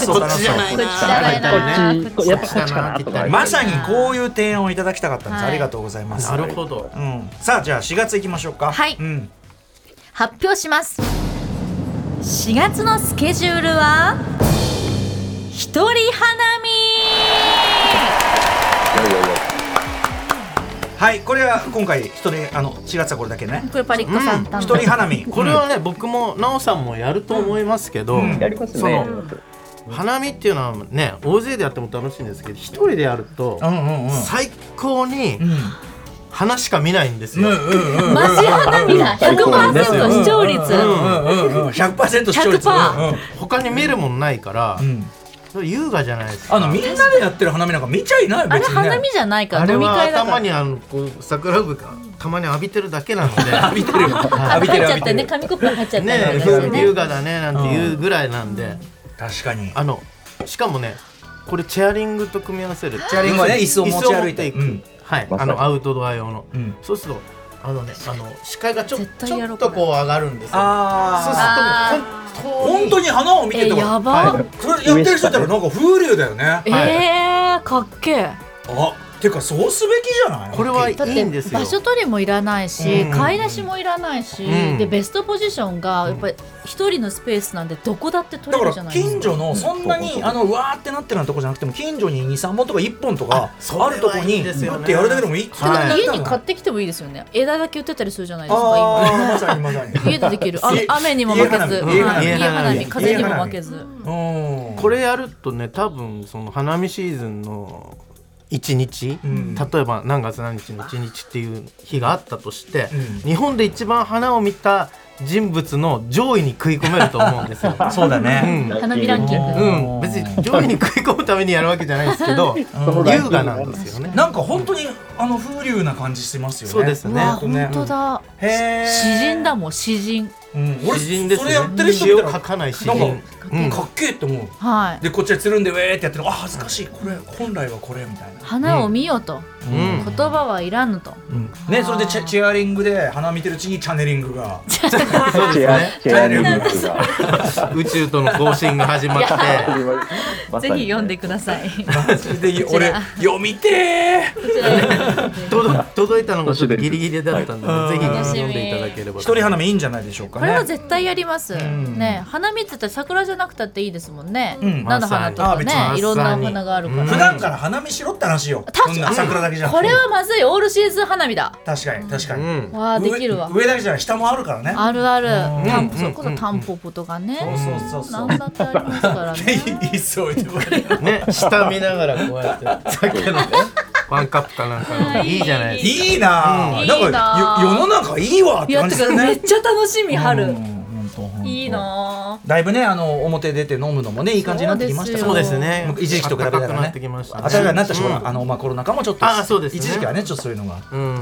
Speaker 2: しそう楽しそう。
Speaker 3: こっちじゃないな
Speaker 4: こっちこやっぱこっちかなとか
Speaker 2: まさにこういう提案をいただきたかったんです。
Speaker 3: はい
Speaker 2: ありがとうございます。
Speaker 5: なるほど
Speaker 2: うん、さあじゃあ4月いきましょうか
Speaker 3: はい
Speaker 2: うん、
Speaker 3: 発表します4月のスケジュールは一人花見
Speaker 2: はいこれは今回一人あの4月はこれだけね
Speaker 3: これパリッコさん
Speaker 2: 一人花見
Speaker 5: これはね、僕も奈緒さんもやると思いますけど、
Speaker 2: うん
Speaker 4: やります
Speaker 5: そ
Speaker 4: ね
Speaker 5: の花見っていうのはね大勢でやっても楽しいんですけど一人でやると
Speaker 2: うんうんうんうん
Speaker 5: 最高に花しか見ないんですよ、
Speaker 2: うんうん
Speaker 3: マジ花見だ100%視聴率
Speaker 2: うんうんうん100%視聴率
Speaker 3: 100%
Speaker 2: うんうん
Speaker 5: 他に見るもんないから、
Speaker 2: ん
Speaker 5: 優雅じゃないですか
Speaker 2: あのみんなでやってる花見なんか見ちゃいない
Speaker 3: あれ
Speaker 2: 別にね
Speaker 3: 花見じゃないから
Speaker 5: あれ
Speaker 3: 飲み
Speaker 5: は
Speaker 3: 会だか
Speaker 5: 頭
Speaker 3: ら
Speaker 5: にあのこう桜吹がたまに浴びてるだけなので
Speaker 2: 浴びてる浴
Speaker 3: 入
Speaker 2: び
Speaker 3: っち
Speaker 2: てる
Speaker 3: ゃ
Speaker 2: 浴
Speaker 3: っ
Speaker 2: び
Speaker 3: た
Speaker 2: て
Speaker 3: ね
Speaker 2: る
Speaker 3: 紙コップ入っちゃった
Speaker 5: ね
Speaker 3: ね
Speaker 2: そうそう
Speaker 5: 優雅だねなんて言うぐらいなんで、
Speaker 2: 確かに
Speaker 5: あのしかもねこれチェアリングと組み合わせるチ
Speaker 2: ェアリングはね椅子を持ち歩いて
Speaker 5: いく、
Speaker 2: うん
Speaker 5: はい
Speaker 4: まさ
Speaker 5: あ
Speaker 4: に
Speaker 5: のアウトドア用の、
Speaker 2: うん
Speaker 5: そうするとあのねあの視界がちょ
Speaker 3: 絶対
Speaker 5: ち
Speaker 3: や
Speaker 5: ょ
Speaker 3: ろう
Speaker 5: っ
Speaker 3: かな
Speaker 5: とこう上がるんですよそうす
Speaker 2: あ
Speaker 5: る
Speaker 3: あ
Speaker 5: とも
Speaker 2: ー
Speaker 5: う本
Speaker 2: 本当
Speaker 5: 当に
Speaker 2: に花を見て
Speaker 3: え
Speaker 2: ても
Speaker 3: やば
Speaker 5: は
Speaker 2: それやってる人いたらなんか風流だよね
Speaker 3: えーかっけえ
Speaker 2: あていうかそうすべきじゃない
Speaker 5: これはい
Speaker 3: だっ
Speaker 5: い
Speaker 3: て
Speaker 5: んですよ
Speaker 3: 場所取りもいらないし、
Speaker 2: うん
Speaker 3: 買い出しもいらないし、
Speaker 5: うん
Speaker 3: でベストポジションがやっぱり一人のスペースなんでどこだって取
Speaker 2: だ
Speaker 3: れ
Speaker 2: か
Speaker 3: るじゃ
Speaker 2: ら
Speaker 3: ないです
Speaker 2: 近
Speaker 3: か。
Speaker 2: 所のそんな
Speaker 4: うんそうそう
Speaker 2: に
Speaker 4: そう
Speaker 2: あのうわーってなってるようなとこじゃなくても近所に23本とか1本とか
Speaker 5: あそれは
Speaker 2: あるとこ
Speaker 5: い
Speaker 2: に
Speaker 5: いですよね
Speaker 2: 打ってやるだけでもいい
Speaker 5: だから
Speaker 3: 家に買っててきてもいいですよね。枝だけ売ってたりするじゃないですか。
Speaker 2: ああまさにまさに
Speaker 3: 今家でできる。あの
Speaker 2: 家
Speaker 3: 雨にも負けず、
Speaker 2: 家
Speaker 5: 花
Speaker 3: は
Speaker 5: 火
Speaker 3: い
Speaker 5: 家
Speaker 3: 家
Speaker 5: 花
Speaker 3: 花
Speaker 5: 火
Speaker 3: 火、風にも負けず。
Speaker 2: うん
Speaker 5: これやるとね多分その花見シーズンの1日、
Speaker 2: うん
Speaker 5: 例えば何月何日の1日っていう日があったとして、
Speaker 2: うん
Speaker 5: 日本で一番花を見た人物の上位に食い込めると思うんですよ。
Speaker 2: そうだね
Speaker 5: う
Speaker 3: 花火ランキング。
Speaker 5: ん、うん、別に上位に食い込むためにやるわけじゃないです けど
Speaker 2: うん
Speaker 5: 優雅なんですよね。
Speaker 2: なんか本当にあの風流な感じしてますよね
Speaker 5: そうです
Speaker 3: う
Speaker 5: ね
Speaker 3: わ、
Speaker 2: ほんとね
Speaker 3: 本当だ。
Speaker 2: へえ
Speaker 3: 詩人だもん、詩人。
Speaker 2: うん俺
Speaker 5: 詩人です
Speaker 2: そ
Speaker 5: ね
Speaker 2: れやってる人
Speaker 5: 詩
Speaker 2: 見
Speaker 5: を
Speaker 2: たら
Speaker 5: 書かない詩
Speaker 2: なん
Speaker 5: 人
Speaker 2: か。
Speaker 5: うん
Speaker 2: かっけえって思う
Speaker 3: はい。
Speaker 2: でこっちでつるんでウェーってやってるあ恥ずかしいこれ本来はこれみたいな
Speaker 3: 花を見よと、
Speaker 5: うん
Speaker 3: 言葉はいらぬと。
Speaker 2: ねそれでチェチェアリングで花見てるうちにチャネリング が
Speaker 4: チェア、チェアリングが。
Speaker 5: 宇宙との交信が始まって
Speaker 4: まさ
Speaker 3: ぜ
Speaker 4: にね
Speaker 3: ひ読んでください。
Speaker 2: マジで
Speaker 3: こち
Speaker 2: 俺
Speaker 3: ら
Speaker 2: 読みてー
Speaker 3: こちら
Speaker 5: 届届いたのがちょっとギリギリだったんで、ぜひ読んでいただければ
Speaker 2: 一人花見いいんじゃないでしょうか
Speaker 3: これは
Speaker 2: ね
Speaker 3: 絶対やります。
Speaker 2: ん
Speaker 3: ね、花見って言ったら桜じゃなくたっていいですもんね。
Speaker 2: ん
Speaker 3: 菜の花とかね
Speaker 2: まさ、に
Speaker 3: いろんなお花があるから。
Speaker 2: 普
Speaker 5: まさに
Speaker 2: 段から花見しろって話よ
Speaker 3: 確かに
Speaker 2: そんな桜だけじゃなく
Speaker 3: こ
Speaker 2: て
Speaker 3: れはまずい、オールシーズン花見だ。
Speaker 2: 確かに確か
Speaker 5: う
Speaker 2: に
Speaker 5: ん、
Speaker 3: わあ、できるわ
Speaker 2: 上。上だけじゃない下もあるからね
Speaker 3: あるある、たん
Speaker 5: うん
Speaker 3: それこそタンポポとかね。
Speaker 2: そうそうそうそう
Speaker 3: なんだってありますから
Speaker 2: い
Speaker 3: ね。
Speaker 2: いそう言ってもらえる
Speaker 5: ね下見ながらこうやってさっきのねワンカップかなんかいいじゃないですか
Speaker 2: いいな
Speaker 3: う
Speaker 2: あ
Speaker 3: ん
Speaker 2: なん
Speaker 3: いいな
Speaker 2: か
Speaker 3: あ
Speaker 2: よ世の中いいわっ
Speaker 3: い
Speaker 2: て
Speaker 3: や
Speaker 2: 感
Speaker 3: て
Speaker 2: じす
Speaker 3: か
Speaker 2: る
Speaker 3: めっ
Speaker 2: ね
Speaker 3: ちゃ楽しみ
Speaker 2: うん
Speaker 3: 春。
Speaker 2: ほんとほんと
Speaker 3: いいなあ。
Speaker 2: だいぶねあの表出て飲むのもねいい感じになってきましたから
Speaker 5: そうですね
Speaker 2: 一時期と比べた
Speaker 5: 暖からくな
Speaker 2: ね
Speaker 5: ってきましたね
Speaker 2: 暖かくなったし、ほら
Speaker 5: うん
Speaker 2: あのまあコロナ禍もちょっと
Speaker 5: あそうですね
Speaker 2: 一時期はねちょっとそういうのが
Speaker 5: うん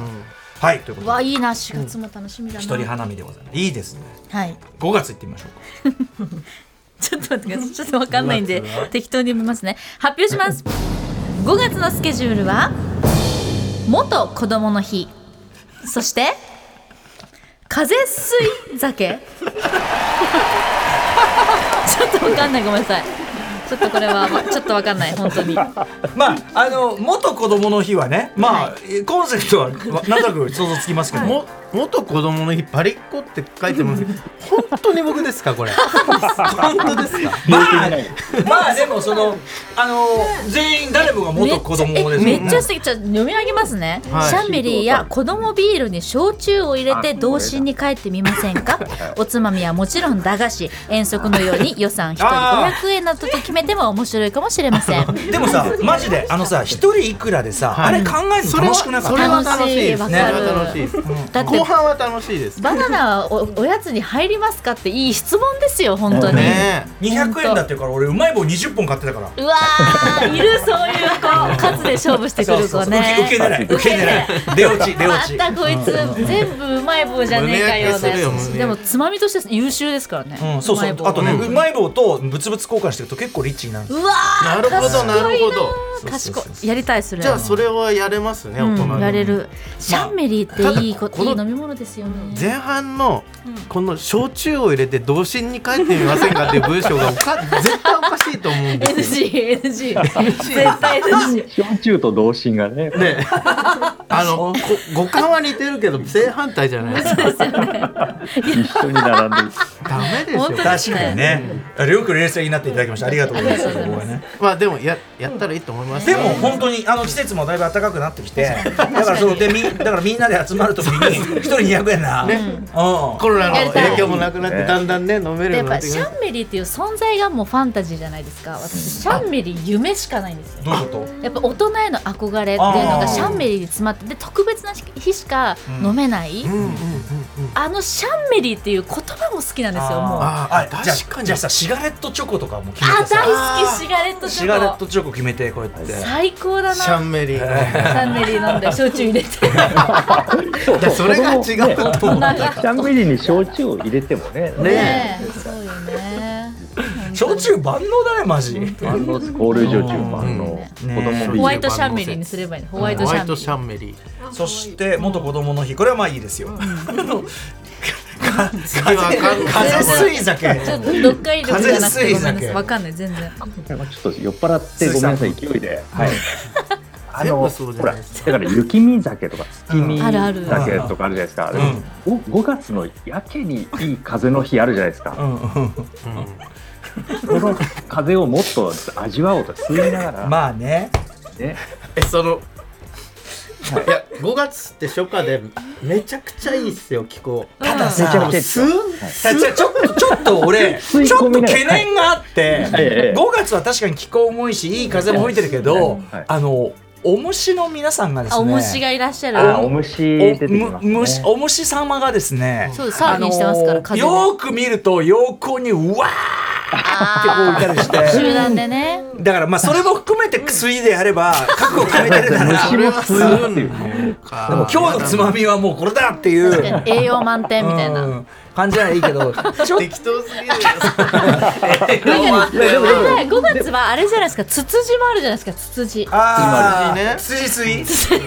Speaker 2: はいということ
Speaker 3: わ
Speaker 2: で
Speaker 3: いいな4月も楽しみだな。
Speaker 2: 一人花見でございますいいですね
Speaker 3: はい。
Speaker 2: 5月行ってみましょうか
Speaker 3: ちょっと待ってください。ちょっとわかんないんで、適当に読みますね。発表します。5月のスケジュールは、元子供の日。そして、風水酒。 ちょっとわかんない。ごめんなさい。ちょっとこれは、まちょっとわかんない。本当に。
Speaker 2: まああの元子供の日はねまあコンセプトはまなんとなく想像つきますけども
Speaker 5: も元子供の日パリッコって書いてますけど本当に僕ですか これ本当ですか
Speaker 2: まあまあでもそのあの全員誰もが元子供です
Speaker 3: め
Speaker 2: よ
Speaker 3: っちゃえめっちゃ
Speaker 2: ね
Speaker 3: 素敵ちょっと読み上げますね、
Speaker 5: はい
Speaker 3: シャンベリーや子供ビールに焼酎を入れて童心に帰ってみません かおつまみはもちろん駄菓子遠足のように予算1人
Speaker 2: あ
Speaker 3: 500円などと決めても面白いかもしれま せん
Speaker 2: でもさマジであのさ一人いくらでさあ
Speaker 5: い
Speaker 2: れ考えるの楽しくなか
Speaker 5: そ
Speaker 2: っ
Speaker 5: れ
Speaker 2: た
Speaker 5: は楽しいです
Speaker 3: 楽しい
Speaker 5: ね
Speaker 3: わか
Speaker 5: そ
Speaker 3: る
Speaker 5: れは楽しいです
Speaker 3: だって
Speaker 5: 後半は楽しいです
Speaker 3: バナナはおおやつに入りますかっていい質問ですよ本当に、
Speaker 5: ね
Speaker 2: 200円だっていうから俺うまい棒20本買ってたから
Speaker 3: うわーいるそういう子数で勝負してくる子ね
Speaker 2: 受け狙い受け狙い出落ち出落ち
Speaker 3: またこいつ全部うまい棒じゃねえかような
Speaker 5: 胸焼けするよ
Speaker 3: や
Speaker 5: 胸焼
Speaker 3: つ
Speaker 5: け
Speaker 3: でもつまみとして優秀ですからね、
Speaker 2: うん、そうそう
Speaker 3: まい棒
Speaker 2: あとね、
Speaker 5: うん
Speaker 2: うまい棒と物々交換してると結構リッチになるんで
Speaker 3: うわ
Speaker 5: な
Speaker 3: ー
Speaker 5: るほどなるほど
Speaker 2: そう
Speaker 3: 賢
Speaker 2: そうそうそう
Speaker 3: いやりたいそれ
Speaker 5: じゃあそれはやれますね
Speaker 3: う
Speaker 5: 大人で
Speaker 3: ん、
Speaker 5: も
Speaker 3: やれるシャンメリー
Speaker 5: た
Speaker 3: って
Speaker 5: だ
Speaker 3: いいこ
Speaker 5: この
Speaker 3: いい飲み物ですよね
Speaker 5: 前半のこの焼酎を入れて童心に帰ってみませんかっていう文章がおか 絶対おかしいと思うんですよ。
Speaker 3: NGNG 絶対 NG
Speaker 4: 焼酎と同心がね、
Speaker 5: ね、あのこ五感は似てるけど正反対じゃないですか。
Speaker 4: 一緒に並んで。
Speaker 5: ダメでしょ
Speaker 3: 本当。だ
Speaker 2: 確かにね、よく冷静になっていただきましたありがとうございますここはね
Speaker 5: まあでもややったらいいと思います
Speaker 2: で
Speaker 5: よ。
Speaker 2: も本当にあの季節もだいぶ暖かくなってきてだからそうでみだからみんなで集まるときに一人200円な、うん、
Speaker 5: コロナの
Speaker 3: やりたい
Speaker 5: 影響もなくなって
Speaker 4: ね
Speaker 5: だんだんね飲め
Speaker 3: で
Speaker 5: るよう
Speaker 3: やっ
Speaker 5: にな
Speaker 3: ぱ
Speaker 5: ってき
Speaker 3: シ
Speaker 5: まし
Speaker 3: ャンメリーっていう存在がもうファンタジーじゃないですか私シャンメリー夢しかないんですよ
Speaker 2: どういうこと
Speaker 3: やっぱ大人への憧れっていうの
Speaker 2: あー
Speaker 3: がシャンメリーに詰まってで特別な日しか飲めない、
Speaker 5: た。うんうんうん
Speaker 3: あのシャンメリーっていう言葉も好きなんですよもうあ
Speaker 5: あー
Speaker 2: じゃあ
Speaker 5: 確かに
Speaker 2: じゃあさシガレットチョコとかも決め
Speaker 3: 大
Speaker 2: てさ
Speaker 3: 好きシガレットチ
Speaker 2: シガレッ
Speaker 3: ョ
Speaker 2: ト
Speaker 3: コ
Speaker 2: チョコ決めてこうやって
Speaker 3: 最高だな
Speaker 5: シャンメリー。
Speaker 3: シャンメリー飲んで焼酎入れて
Speaker 4: そ う
Speaker 5: いやそれが違う
Speaker 4: 子供ね
Speaker 5: と
Speaker 3: 大人
Speaker 5: 思う。
Speaker 3: が
Speaker 4: シャンベリーに焼酎を入れてもね、
Speaker 3: ねえ、そうよね。
Speaker 2: 焼酎万能だねマジ
Speaker 4: 万能です高齢焼酎もあの
Speaker 2: う
Speaker 4: 子
Speaker 2: ん
Speaker 4: 供ビ
Speaker 3: ホ
Speaker 4: ー
Speaker 3: ワ
Speaker 4: ル
Speaker 3: イトシャンメリーにすればいいの。ホワイ
Speaker 5: ホ
Speaker 3: トシ
Speaker 5: ワ
Speaker 3: ャ
Speaker 5: イ
Speaker 3: ンメ
Speaker 5: ト
Speaker 3: リ
Speaker 5: シ
Speaker 3: ー。
Speaker 5: ャンメリー。
Speaker 2: そして元子供の日これはま あいいですよ、
Speaker 5: 次はあかんない
Speaker 2: 風水酒
Speaker 3: ちょっと読解力じゃなくてごめんな
Speaker 2: 風水
Speaker 3: さい。
Speaker 2: 酒
Speaker 3: わかんない全然。
Speaker 4: ちょっと酔っ払ってごめんなさい勢いで、はい、あ
Speaker 5: 全
Speaker 4: の
Speaker 5: 部そうじゃ
Speaker 4: ほ
Speaker 5: ない
Speaker 4: ら
Speaker 5: です
Speaker 4: だから雪見酒とか月見
Speaker 3: うんあるある
Speaker 4: 酒とかあるじゃないですか、でもご 5, 月のやけにいい風の日あるじゃないです
Speaker 2: う
Speaker 4: か、
Speaker 2: んうん
Speaker 4: この風をもっと味わおうと吸いながら、
Speaker 2: まあね
Speaker 4: ね、
Speaker 5: えそのいや5月って初夏でめちゃくちゃいいっすよ気候
Speaker 2: ただ
Speaker 4: めちゃ
Speaker 2: さ
Speaker 4: くちゃ
Speaker 5: すん
Speaker 2: いや違うちょっとちょっと 俺ちょ
Speaker 4: 吸い
Speaker 2: っと
Speaker 4: 込み
Speaker 2: 懸
Speaker 4: ない
Speaker 2: 念があって、
Speaker 4: はいええ
Speaker 2: 5月は確かに気候もいいしいい風も吹いてるけど、
Speaker 4: はいはい
Speaker 2: あのお虫の皆さんがですね
Speaker 3: あお虫がいらっしゃ
Speaker 4: あー
Speaker 3: る
Speaker 4: お虫
Speaker 2: お
Speaker 4: 出てきますね
Speaker 2: む虫お虫様がですね、
Speaker 3: そうサーフィンしてますから
Speaker 2: あのー
Speaker 3: 風
Speaker 2: よ
Speaker 3: 邪
Speaker 2: ーく見ると横にうわーってこういたりして
Speaker 3: 集団でね
Speaker 2: だからまあそれも含めて薬であれば核を決めてるなら
Speaker 4: 虫も吸うってい
Speaker 2: で
Speaker 4: う
Speaker 2: も今日のつまみはもうこれだっていう
Speaker 3: 確かに栄養満点みたいな
Speaker 2: うん感じならいいけ どちょっと
Speaker 5: 適当すぎる
Speaker 3: なんかね5月はあれじゃないですかツツジもあるじゃないですかツツジ
Speaker 2: あ
Speaker 5: ね
Speaker 2: ー筋水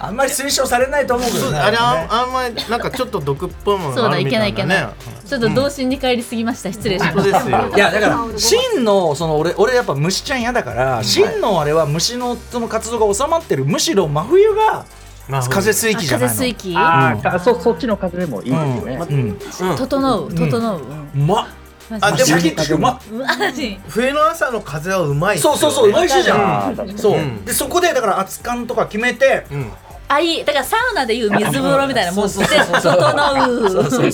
Speaker 2: あんまり推奨されないと思うけ
Speaker 5: そ
Speaker 2: ど
Speaker 5: う
Speaker 2: ね
Speaker 5: あれ
Speaker 2: あれね
Speaker 5: ああんまりなんかちょっと毒っぽいもの
Speaker 3: そう
Speaker 5: があ
Speaker 3: だ
Speaker 5: る
Speaker 3: い
Speaker 5: み
Speaker 3: け
Speaker 5: た
Speaker 3: ない
Speaker 5: い
Speaker 3: いけ
Speaker 5: な
Speaker 3: ない
Speaker 5: ね
Speaker 3: ちょっと童心に帰りすぎました失礼しま
Speaker 5: そう
Speaker 3: し
Speaker 5: で
Speaker 3: た
Speaker 5: すよ
Speaker 2: いやだから真のその俺俺やっぱ虫ちゃん嫌だから真のあれは虫のその活動が収まってるむしろ真冬が
Speaker 5: まあ
Speaker 2: 風水域じゃない
Speaker 3: 風
Speaker 2: の
Speaker 3: 水域
Speaker 4: あーあそそっちの風でもいいですね、
Speaker 2: うんうん
Speaker 5: うん
Speaker 3: 整う整う
Speaker 2: うまっ
Speaker 3: マジ
Speaker 5: あでも
Speaker 2: シャキッとしてうまっ
Speaker 3: マジ
Speaker 5: 冬の朝の風はうまいっすよ
Speaker 2: そう
Speaker 5: ね
Speaker 2: そうそう美味しいじ
Speaker 4: あ
Speaker 2: ゃ
Speaker 4: ー確か
Speaker 2: ん
Speaker 4: に
Speaker 2: そう
Speaker 5: うん
Speaker 2: でそこでだから熱燗とか決めて
Speaker 5: うん
Speaker 3: あいいだからサウナでいう水風呂みたいなもんで
Speaker 2: そうそうそうそう
Speaker 3: 整う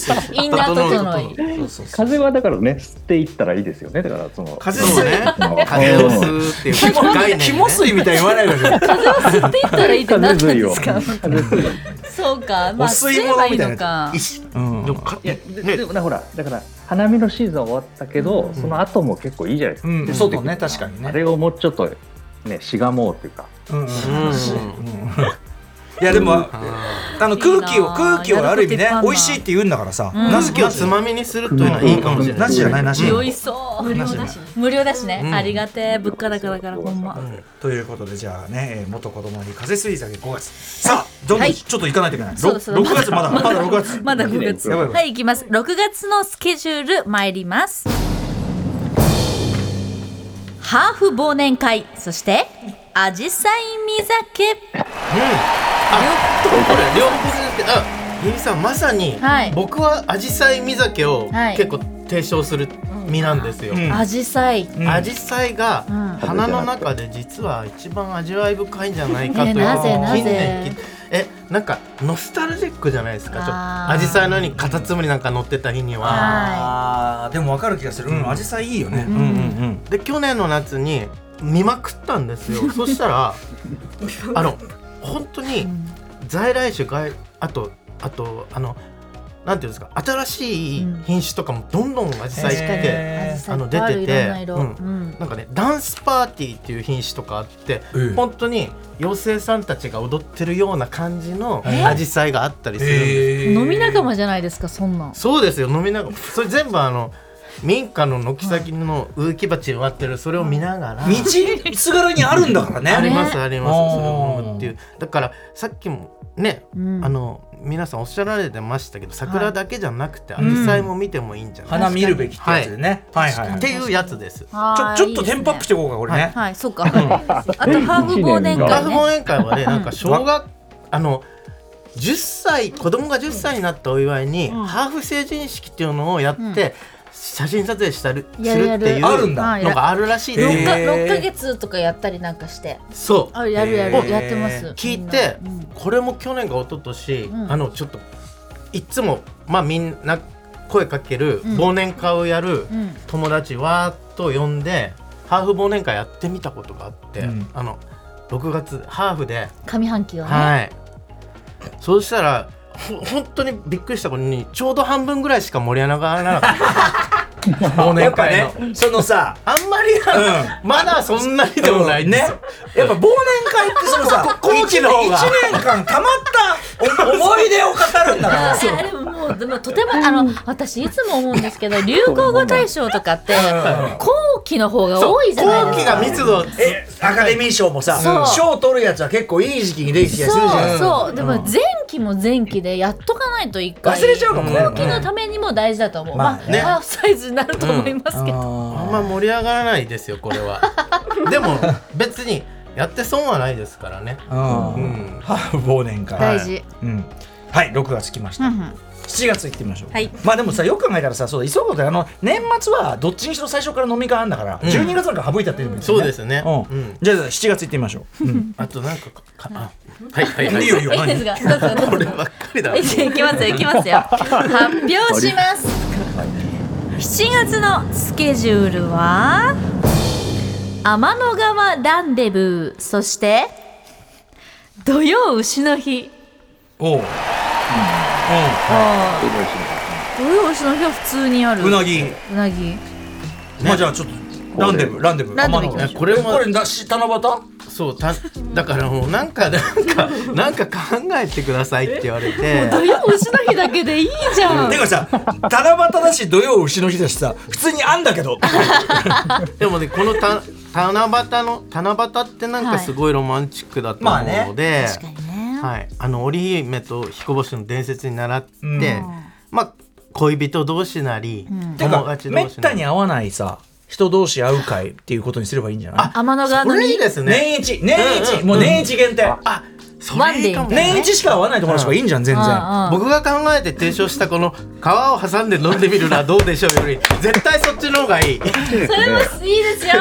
Speaker 3: インナー整い
Speaker 4: 風はだからね吸っていったらいいですよねだからその
Speaker 5: 風そうね
Speaker 4: うん
Speaker 5: 風を吸うっていう
Speaker 2: キモ
Speaker 5: 概念ね
Speaker 2: キモ水みたいに言わないでください
Speaker 3: 風を吸っていったらいいって何なんですか
Speaker 4: 風
Speaker 3: そうかま
Speaker 2: お
Speaker 3: あ吸
Speaker 2: 吸い
Speaker 3: え
Speaker 2: 物
Speaker 3: ばい
Speaker 2: み
Speaker 3: い
Speaker 2: たいな
Speaker 3: のか
Speaker 5: 石で
Speaker 2: うん
Speaker 5: もかね
Speaker 4: ででもなほらだから花見のシーズン終わったけど、その後も結構いいじゃないですか、
Speaker 2: うん外ね確かに
Speaker 4: あ
Speaker 2: ね
Speaker 4: れをもうちょっとねしがもうっていうか
Speaker 2: うんうん
Speaker 5: うん
Speaker 2: いやでもあ
Speaker 5: あ
Speaker 2: の空気を
Speaker 3: いいな
Speaker 2: 空気をある意味ね
Speaker 3: やること
Speaker 2: 美
Speaker 3: いっぱいあるな
Speaker 2: 味しいって言うんだからさ
Speaker 3: うん
Speaker 5: ー
Speaker 2: な
Speaker 5: 空
Speaker 2: ぜ
Speaker 5: 気をつまみにするというのはいいかもしれな
Speaker 2: ないしじゃないなし
Speaker 3: 酔いそう無料だし無料だしね
Speaker 5: うん
Speaker 3: ありがてえ物価高だからほんま
Speaker 2: ということでじゃあねえー元子供に風水酒5月さあどんど
Speaker 3: は
Speaker 2: ん
Speaker 3: い
Speaker 2: ちょっと行かないといけない
Speaker 3: そうそう
Speaker 2: 6月まだまだ6月
Speaker 3: まだ5月
Speaker 2: やばいやばい
Speaker 3: はい行きます6月のスケジュール参りますハーフ忘年会そしてアジサイ見酒
Speaker 5: これ両方であゆりさんまさに
Speaker 3: はい
Speaker 5: 僕は紫陽花見酒を
Speaker 3: はい
Speaker 5: 結構提唱する身なんですよ
Speaker 2: うん
Speaker 3: アジサイ
Speaker 2: うん
Speaker 5: 紫陽花が
Speaker 3: うん
Speaker 5: 花の中で実は一番味わい深いんじゃないかという
Speaker 3: ねな
Speaker 2: ぜ
Speaker 5: 近
Speaker 2: なぜ
Speaker 5: 年きえなんかノスタルジックじゃないですかちょっと
Speaker 3: あー
Speaker 5: 紫陽花のようにカタツムリなんか乗ってた日には
Speaker 2: あーでも分かる気がするうん紫陽花いいよね
Speaker 3: うん
Speaker 2: うん
Speaker 5: で去年の夏に見まくったんです よそしたらあの本当に在来種外あとあとあのなんていうんですか新しい品種とかもどんどん紫陽花って、
Speaker 2: へー
Speaker 3: アジサイいっぱいあるい
Speaker 5: あの出てて
Speaker 3: ろんな色
Speaker 5: う
Speaker 3: うんん
Speaker 5: なんかねダンスパーティーっていう品種とかあって、
Speaker 2: ええ
Speaker 5: 本当に妖精さんたちが踊ってるような感じの
Speaker 2: え
Speaker 5: 紫陽花があったりするんですよ、
Speaker 2: へー
Speaker 3: 飲み仲間じゃないですかそんなん
Speaker 5: そうですよ飲みながらそれ全部あの民家の軒先の植木鉢に割ってるそれを見ながら、
Speaker 2: 道すがらにあるんだからね
Speaker 5: ありま
Speaker 3: ね
Speaker 5: すありま
Speaker 2: あ
Speaker 5: す
Speaker 2: ー
Speaker 5: それを飲むっていうだからさっきもね、
Speaker 3: うん
Speaker 5: あの皆さんおっしゃられてましたけど桜だけじゃなくて
Speaker 2: い
Speaker 5: 紫陽花も見てもいいんじゃない、
Speaker 2: 花見るべきってやつでねはいはいはい
Speaker 5: っていうやつで
Speaker 2: ち
Speaker 5: す。
Speaker 2: ょちょっとテンポアップしてていこうかこれね
Speaker 3: はいそうかあとハーフ忘年
Speaker 5: ラ
Speaker 3: 会
Speaker 5: フ
Speaker 3: ね
Speaker 5: 講演会はねなんか小学あの10歳子供が10歳になったお祝いに、ハーフ成人式っていうのをやって、
Speaker 3: うん
Speaker 5: 写真撮影したりする
Speaker 3: やるやる
Speaker 5: っていう
Speaker 2: あるんだ
Speaker 3: はい
Speaker 5: のがあるらしい
Speaker 2: へ
Speaker 5: で
Speaker 2: え
Speaker 5: す、
Speaker 2: ー
Speaker 3: 6か月とかやったりなんかして
Speaker 5: そう
Speaker 3: あやるやる、
Speaker 5: えー
Speaker 3: やってます
Speaker 5: 聞いて、
Speaker 3: みんな
Speaker 5: これも去年か一昨年、
Speaker 3: ん
Speaker 5: あのちょっといつもまあみんな声かける、
Speaker 3: ん
Speaker 5: 忘年会をやる、
Speaker 3: ん
Speaker 5: 友達わーっと呼んでハーフ忘年会やってみたことがあって、
Speaker 2: うん
Speaker 5: あの6月ハーフで、
Speaker 3: うん上半期をね、
Speaker 5: はいそうしたらほ本当にびっくりしたことにちょうど半分ぐらいしか盛り上がら なかった忘
Speaker 2: や
Speaker 5: 年
Speaker 2: っぱ
Speaker 5: 会
Speaker 2: ね
Speaker 5: の、
Speaker 2: そのさ、
Speaker 5: あんまり、まだそんなにでもないん
Speaker 2: ね
Speaker 5: ですよ、。
Speaker 2: やっぱ忘年会ってそのさ、
Speaker 5: ここ
Speaker 2: 一
Speaker 5: 一年
Speaker 2: 年間たまったお思い出を語るんだから。
Speaker 3: あれもうでもとてもあの私いつも思うんですけど流行語大賞とかって後期の方が多いじゃないで
Speaker 5: 後
Speaker 3: す
Speaker 5: 期
Speaker 3: か
Speaker 5: が密度
Speaker 2: え、アカデミー賞もさ
Speaker 3: そう、
Speaker 2: 賞取るやつは結構いい時期にできたりするじゃ
Speaker 3: そ
Speaker 2: ん。
Speaker 3: うそうでも前期も前期でやっとかないと一回
Speaker 2: 忘れちゃうかもね
Speaker 3: 後期のためにも大事だと思う、
Speaker 2: うん
Speaker 3: ま
Speaker 2: ま
Speaker 3: あ、
Speaker 2: あね
Speaker 3: ハーフサイズになると思いますけ ど、
Speaker 5: あんま盛り上がらないですよこれはでも別にやって損はないですからね
Speaker 2: あ
Speaker 5: う
Speaker 2: ー
Speaker 5: ん
Speaker 2: は忘年会
Speaker 5: はい
Speaker 3: 大事、
Speaker 2: うんはい6月来ました、
Speaker 3: うんうん
Speaker 2: 7月行ってみましょう、
Speaker 3: はい
Speaker 2: まあでもさよく考えたらさそうだ急ぐことあの年末はどっちにしろ最初から飲み会あんだから、
Speaker 5: うん
Speaker 2: 12月なんか省いたっていいんだよね
Speaker 5: そうですね
Speaker 2: う
Speaker 5: うんん
Speaker 2: じゃあ7月行ってみましょう、うん、
Speaker 5: あとなんかかかあはいはいはい
Speaker 2: いいよいいよ
Speaker 3: いいですがどうぞどうぞ
Speaker 5: こればっか りだ
Speaker 3: いきますよいきますよ発表します7月のスケジュールは天の川ランデブーそして土曜牛の日
Speaker 2: おう、うん、おう
Speaker 3: ああ土曜牛の日は普通にある
Speaker 2: うなぎ、
Speaker 3: うなぎ
Speaker 2: まあじゃあちょっとランデブーランデブー
Speaker 3: ランデブー行きま
Speaker 2: 天
Speaker 5: し
Speaker 2: の
Speaker 5: ょうこれも
Speaker 2: これだし七夕
Speaker 5: そうただからもうなんかなんかなんか考えてくださいって言われて
Speaker 6: 土曜牛の日だけでいいじゃん
Speaker 2: てかさ七夕だし土曜牛の日だしさ普通にあんだけど
Speaker 5: でもねこのた七夕の七夕ってなんかすごいロマンチックだと
Speaker 2: まあ
Speaker 5: 思
Speaker 2: ね
Speaker 5: うので、
Speaker 3: 確かにね、
Speaker 5: はい、あの織姫と彦星の伝説に習って、
Speaker 2: うん
Speaker 5: まあ恋人同士なり、
Speaker 2: て
Speaker 5: 友
Speaker 2: か
Speaker 5: 達
Speaker 2: め
Speaker 5: 同
Speaker 2: っ
Speaker 5: 士な
Speaker 2: た
Speaker 5: り
Speaker 2: に会わないさ人同士会う会っていうことにすればいいんじゃない
Speaker 3: 天の川
Speaker 5: こ
Speaker 3: の
Speaker 5: れい
Speaker 3: 日
Speaker 5: いですね
Speaker 2: 年一年一、
Speaker 5: うんうん
Speaker 2: もう年一限定、
Speaker 5: あそれいいかも、
Speaker 3: ワンデー
Speaker 2: 年一しか会わないところしかいいんじゃん全然、
Speaker 3: うんうん
Speaker 5: 僕が考えて提唱したこの川を挟んで飲んでみるのはどうでしょうより絶対そっちの方が いい
Speaker 3: それもいいですよ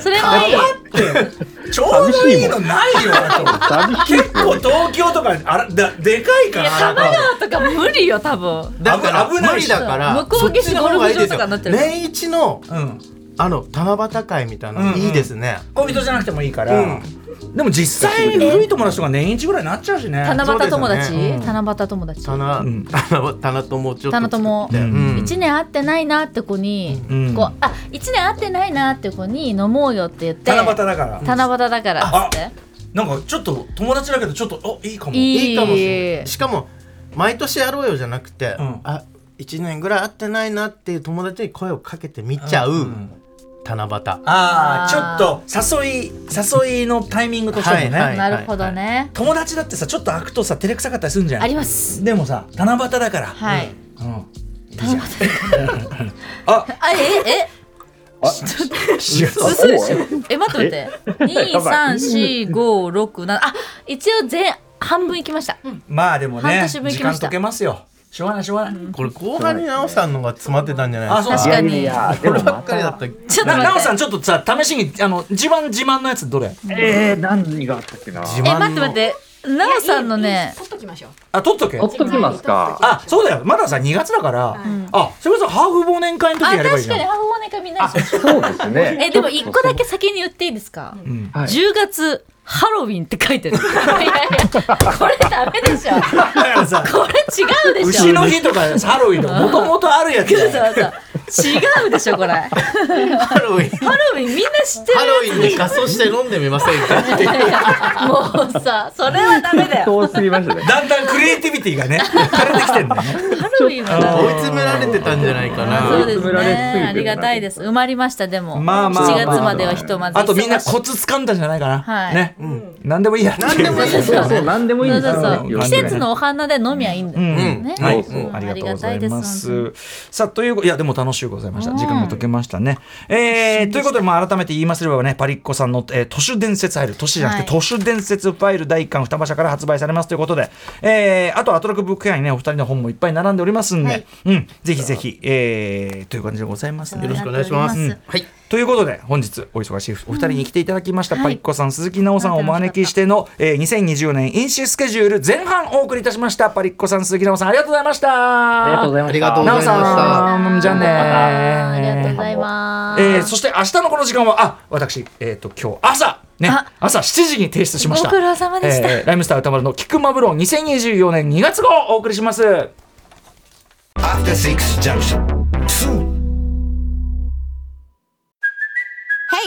Speaker 3: それもいい
Speaker 2: ちょうどいいのないよあ
Speaker 4: 寂
Speaker 2: と
Speaker 4: しい
Speaker 2: 結構東京とかあらだでかいからあなた
Speaker 3: とか無理よ多分
Speaker 5: だから
Speaker 2: 危ない
Speaker 5: 無理だから
Speaker 3: 向こう岸ゴルフ場とかになってる
Speaker 5: そっちの方がいいですよ年一の
Speaker 2: うん
Speaker 5: あの七夕会みたいなのいいですね、
Speaker 2: 恋人じゃなくてもいいから、でも実際古い友達とか年一ぐらいになっちゃうしね
Speaker 3: 七夕友達、
Speaker 5: そうで
Speaker 3: 七夕友達
Speaker 5: 棚、
Speaker 2: ん
Speaker 5: 棚棚ともちょっと
Speaker 3: 棚友
Speaker 5: 作ってうん
Speaker 3: 1年会ってないなって子に、
Speaker 2: うん
Speaker 3: こうあ1年会ってないなって子に飲もうよって言って
Speaker 2: 七夕だから
Speaker 3: 七夕だからっつって
Speaker 2: なんかちょっと友達だけどちょっとあいいかも
Speaker 3: い
Speaker 5: いいかもしれないいしかも毎年やろうよじゃなくて、
Speaker 2: うん
Speaker 5: あ1年ぐらい会ってないなっていう友達に声をかけてみちゃう、
Speaker 2: うん
Speaker 5: 七夕
Speaker 2: あ
Speaker 3: あー
Speaker 2: あちょっと誘い誘いのタイミングとしてもね、
Speaker 5: はいはい
Speaker 3: なるほどね、
Speaker 2: 友達だってさちょっと開くとさ照れくさかったりするんじゃん
Speaker 3: あります
Speaker 2: でもさ七夕だから、
Speaker 3: はい、
Speaker 2: うん、七夕あ
Speaker 3: あええ
Speaker 2: 4月
Speaker 3: え嘘でしょえ待って待って
Speaker 4: やばい
Speaker 3: 23456あ一応全半分いきました、
Speaker 2: まあでも
Speaker 3: 半
Speaker 2: ね
Speaker 3: 年分行
Speaker 2: 時
Speaker 3: きま
Speaker 2: 間
Speaker 3: した
Speaker 2: 解けますよしょうがないしょうがない、
Speaker 5: これ後半に奈緒さんの方が詰まってたんじゃない
Speaker 2: あ
Speaker 5: です
Speaker 2: そう
Speaker 5: か
Speaker 2: だ
Speaker 3: 確
Speaker 4: い
Speaker 3: か
Speaker 4: や
Speaker 3: に
Speaker 4: いや、で
Speaker 5: これ
Speaker 4: も
Speaker 5: ば
Speaker 4: ま
Speaker 5: っかりだったた
Speaker 3: ちょっと
Speaker 2: な
Speaker 3: 待
Speaker 2: なお
Speaker 3: って
Speaker 2: さんちょっとさ試しにあの自慢自慢のやつどれ
Speaker 4: えー、何があったっけな。
Speaker 5: 自
Speaker 3: え
Speaker 5: 慢
Speaker 3: 待って
Speaker 5: の
Speaker 3: 待ってなおさんのね
Speaker 6: 取っときましょう
Speaker 2: あ取っとけ
Speaker 4: ほっときますか。
Speaker 2: あそうだよまださ2月だから、
Speaker 3: ん
Speaker 2: あそれこそハーフ忘年会の時
Speaker 3: あ
Speaker 2: やればいい
Speaker 3: 確
Speaker 2: じゃ
Speaker 3: か
Speaker 2: ん
Speaker 3: に母親かみんなにしましょう
Speaker 4: そうですね。
Speaker 3: えでも一個だけ先に言っていいですか、
Speaker 2: うん
Speaker 4: はい
Speaker 3: 10月ハロウィンって書いてるいやいやこれダメでしょ
Speaker 2: だから さ
Speaker 3: これ違うでしょ
Speaker 2: 牛の日とかハロウィンとかもともとあるやつ
Speaker 3: そう
Speaker 2: だよ
Speaker 3: そう違うでしょこれハ
Speaker 5: ハロウ ィンハ
Speaker 3: ロウィンみんな知ってる
Speaker 5: ロウィンで仮装して飲んでみませんかっていう
Speaker 3: もうさそれはダメだよ
Speaker 4: 遠すぎましたね。
Speaker 2: だんだんクリエイティビティがね枯れてきてんだよね
Speaker 3: ハロウィンはダメ
Speaker 5: 追い詰められてたんじゃないか
Speaker 3: そう
Speaker 5: な
Speaker 3: です
Speaker 4: 詰められすぎてる
Speaker 3: ね
Speaker 4: な
Speaker 3: ありがたいです埋まりましたでも、
Speaker 2: まあまあまあ
Speaker 3: 7月まではひとまず
Speaker 2: あとみんな
Speaker 3: 忙しい
Speaker 2: コツ掴んだんじゃないかな、
Speaker 3: はい
Speaker 2: ね、何でもいいやって
Speaker 5: 何でもいい
Speaker 2: い
Speaker 5: で
Speaker 4: そう
Speaker 5: す
Speaker 4: そ
Speaker 5: よ
Speaker 4: うそう、なんでもいい
Speaker 3: そ
Speaker 4: ん
Speaker 3: うそ
Speaker 4: です
Speaker 3: うそう季節のお花で飲みゃいいんだ、
Speaker 2: うん、
Speaker 3: ね
Speaker 2: はい、
Speaker 4: そうそう
Speaker 2: ありがとうございます。
Speaker 3: あり
Speaker 2: さあということいやでも楽しゅうございました。時間が解けましたね。えーということでまあ改めて言いますればねパリッコさんの、えー、都市伝説ファイル都市じゃなくて、
Speaker 3: は
Speaker 2: 都市伝説ファイル第一巻双葉社から発売されますということで、えーあとアトロックブックフェアにねお二人の本もいっぱい並んでおりますんで、
Speaker 3: はい
Speaker 2: うんぜひぜひ、えーという感じでございますんで
Speaker 5: よろしくお願いします
Speaker 3: うん
Speaker 5: はい
Speaker 2: ということで本日お忙しいお二人に来ていただきました、
Speaker 3: うん
Speaker 2: パリッコさん、鈴木奈緒さんをお招きしての、えー、2020年飲酒スケジュール前半お送りいたしましたパリッコさん鈴木奈緒さんありがとうございました
Speaker 4: ありがとうございま
Speaker 5: あ
Speaker 4: した。
Speaker 5: りがとうござい
Speaker 2: 奈
Speaker 5: ま
Speaker 2: 緒
Speaker 5: した
Speaker 2: さんじゃあね
Speaker 3: ありがとうございます、
Speaker 2: えーそして明日のこの時間はあ私えっ、と今日朝ね
Speaker 3: あ
Speaker 2: 朝7時に提出しました
Speaker 3: ご苦労様でした
Speaker 2: ーライムスター歌丸の菊間ブロン2024年2月号をお送りします
Speaker 1: アフターシックスジャンクション
Speaker 7: Hey,